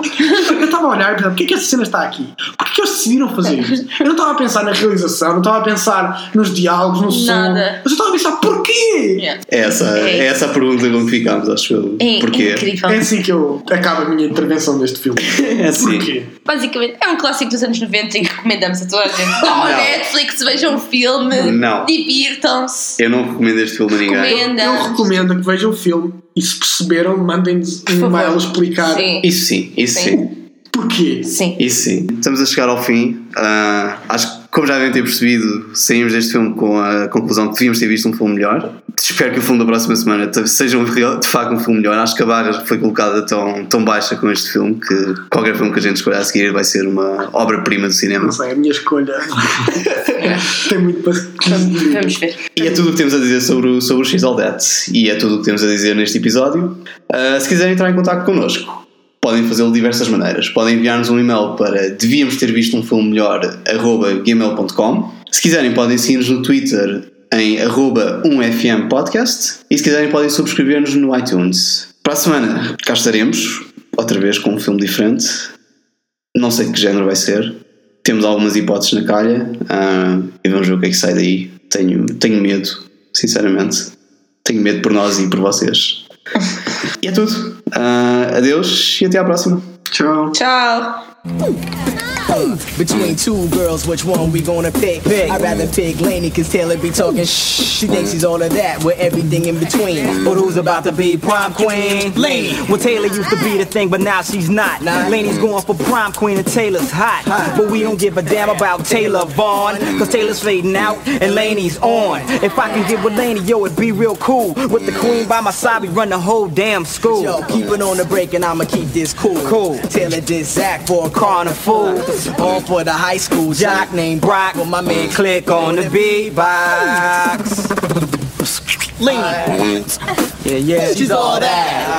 Speaker 4: Eu estava a olhar e pensar, porque é que esta cena está aqui? Porquê que eles decidiram fazer isto? Eu não estava a pensar na realização, não estava a pensar nos diálogos, no som,
Speaker 5: Nada.
Speaker 4: mas eu estava a pensar porquê?
Speaker 5: Yeah.
Speaker 2: É essa, é.
Speaker 5: É.
Speaker 2: essa a pergunta com que ficámos, acho eu.
Speaker 5: É, é
Speaker 2: Porquê?
Speaker 5: incrível.
Speaker 4: É assim que eu acabo a minha intervenção deste filme.
Speaker 2: É assim.
Speaker 4: Porquê?
Speaker 5: Basicamente, é um clássico dos anos 90 e recomendamos a toda a gente. Vão ao
Speaker 2: Não.
Speaker 5: Netflix, vejam o filme,
Speaker 2: Não.
Speaker 5: divirtam-se,
Speaker 2: Eu não recomendo este filme a ninguém.
Speaker 4: Eu
Speaker 5: recomendam.
Speaker 4: recomendo que vejam o filme e se perceberam, mandem-nos um
Speaker 5: favor.
Speaker 4: e-mail explicar
Speaker 5: Sim,
Speaker 2: Isso sim, isso
Speaker 5: Sim.
Speaker 2: sim.
Speaker 4: porquê.
Speaker 5: sim.
Speaker 2: Isso sim. Estamos a chegar ao fim. Ah, acho que, como já devem ter percebido, saímos deste filme com a conclusão que devíamos ter visto um filme melhor. Espero que o filme da próxima semana t- seja um real- de facto um filme melhor. Acho que a barra foi colocada tão, tão baixa com este filme que qualquer filme que a gente escolher a seguir vai ser uma obra-prima do cinema.
Speaker 4: Não sei, é a minha escolha tem muito para
Speaker 5: Vamos,
Speaker 4: recolher.
Speaker 5: vamos ver.
Speaker 2: E é tudo o que temos a dizer sobre o, sobre o X All That. E é tudo o que temos a dizer neste episódio. Ah, se quiserem entrar em contato connosco, podem fazê-lo de diversas maneiras. Podem enviar-nos um e-mail para devíamos ter visto um filme melhor, arroba gmail.com. Se quiserem, podem seguir-nos no Twitter em arroba 1FM Podcast. E se quiserem, podem subscrever-nos no iTunes. Para a semana, cá estaremos, outra vez com um filme diferente. Não sei de que género vai ser. Temos algumas hipóteses na calha ah, e vamos ver o que é que sai daí. Tenho, tenho medo, sinceramente. Tenho medo por nós e por vocês. e é tudo. Ah, adeus e até à próxima.
Speaker 4: Tchau.
Speaker 5: Tchau.
Speaker 8: Between two girls, which one we gonna pick? I'd rather pick Lainey, cause Taylor be talking shh. She thinks she's all of that, with everything in between. But who's about to be prom queen? Lainey. Well, Taylor used to be the thing, but now she's not. Lainey's going for prom queen, and Taylor's hot. But we don't give a damn about Taylor Vaughn, cause Taylor's fading out, and Lainey's on. If I can get with Lainey, yo, it'd be real cool. With the queen by my side, we run the whole damn school. Yo, keep it on the break, and I'ma keep this cool. Cool. Taylor did Zach for a car and a fool. All for the high school jock named Brock. With my man Click on the beatbox. Lean. Yeah, yeah. She's all that.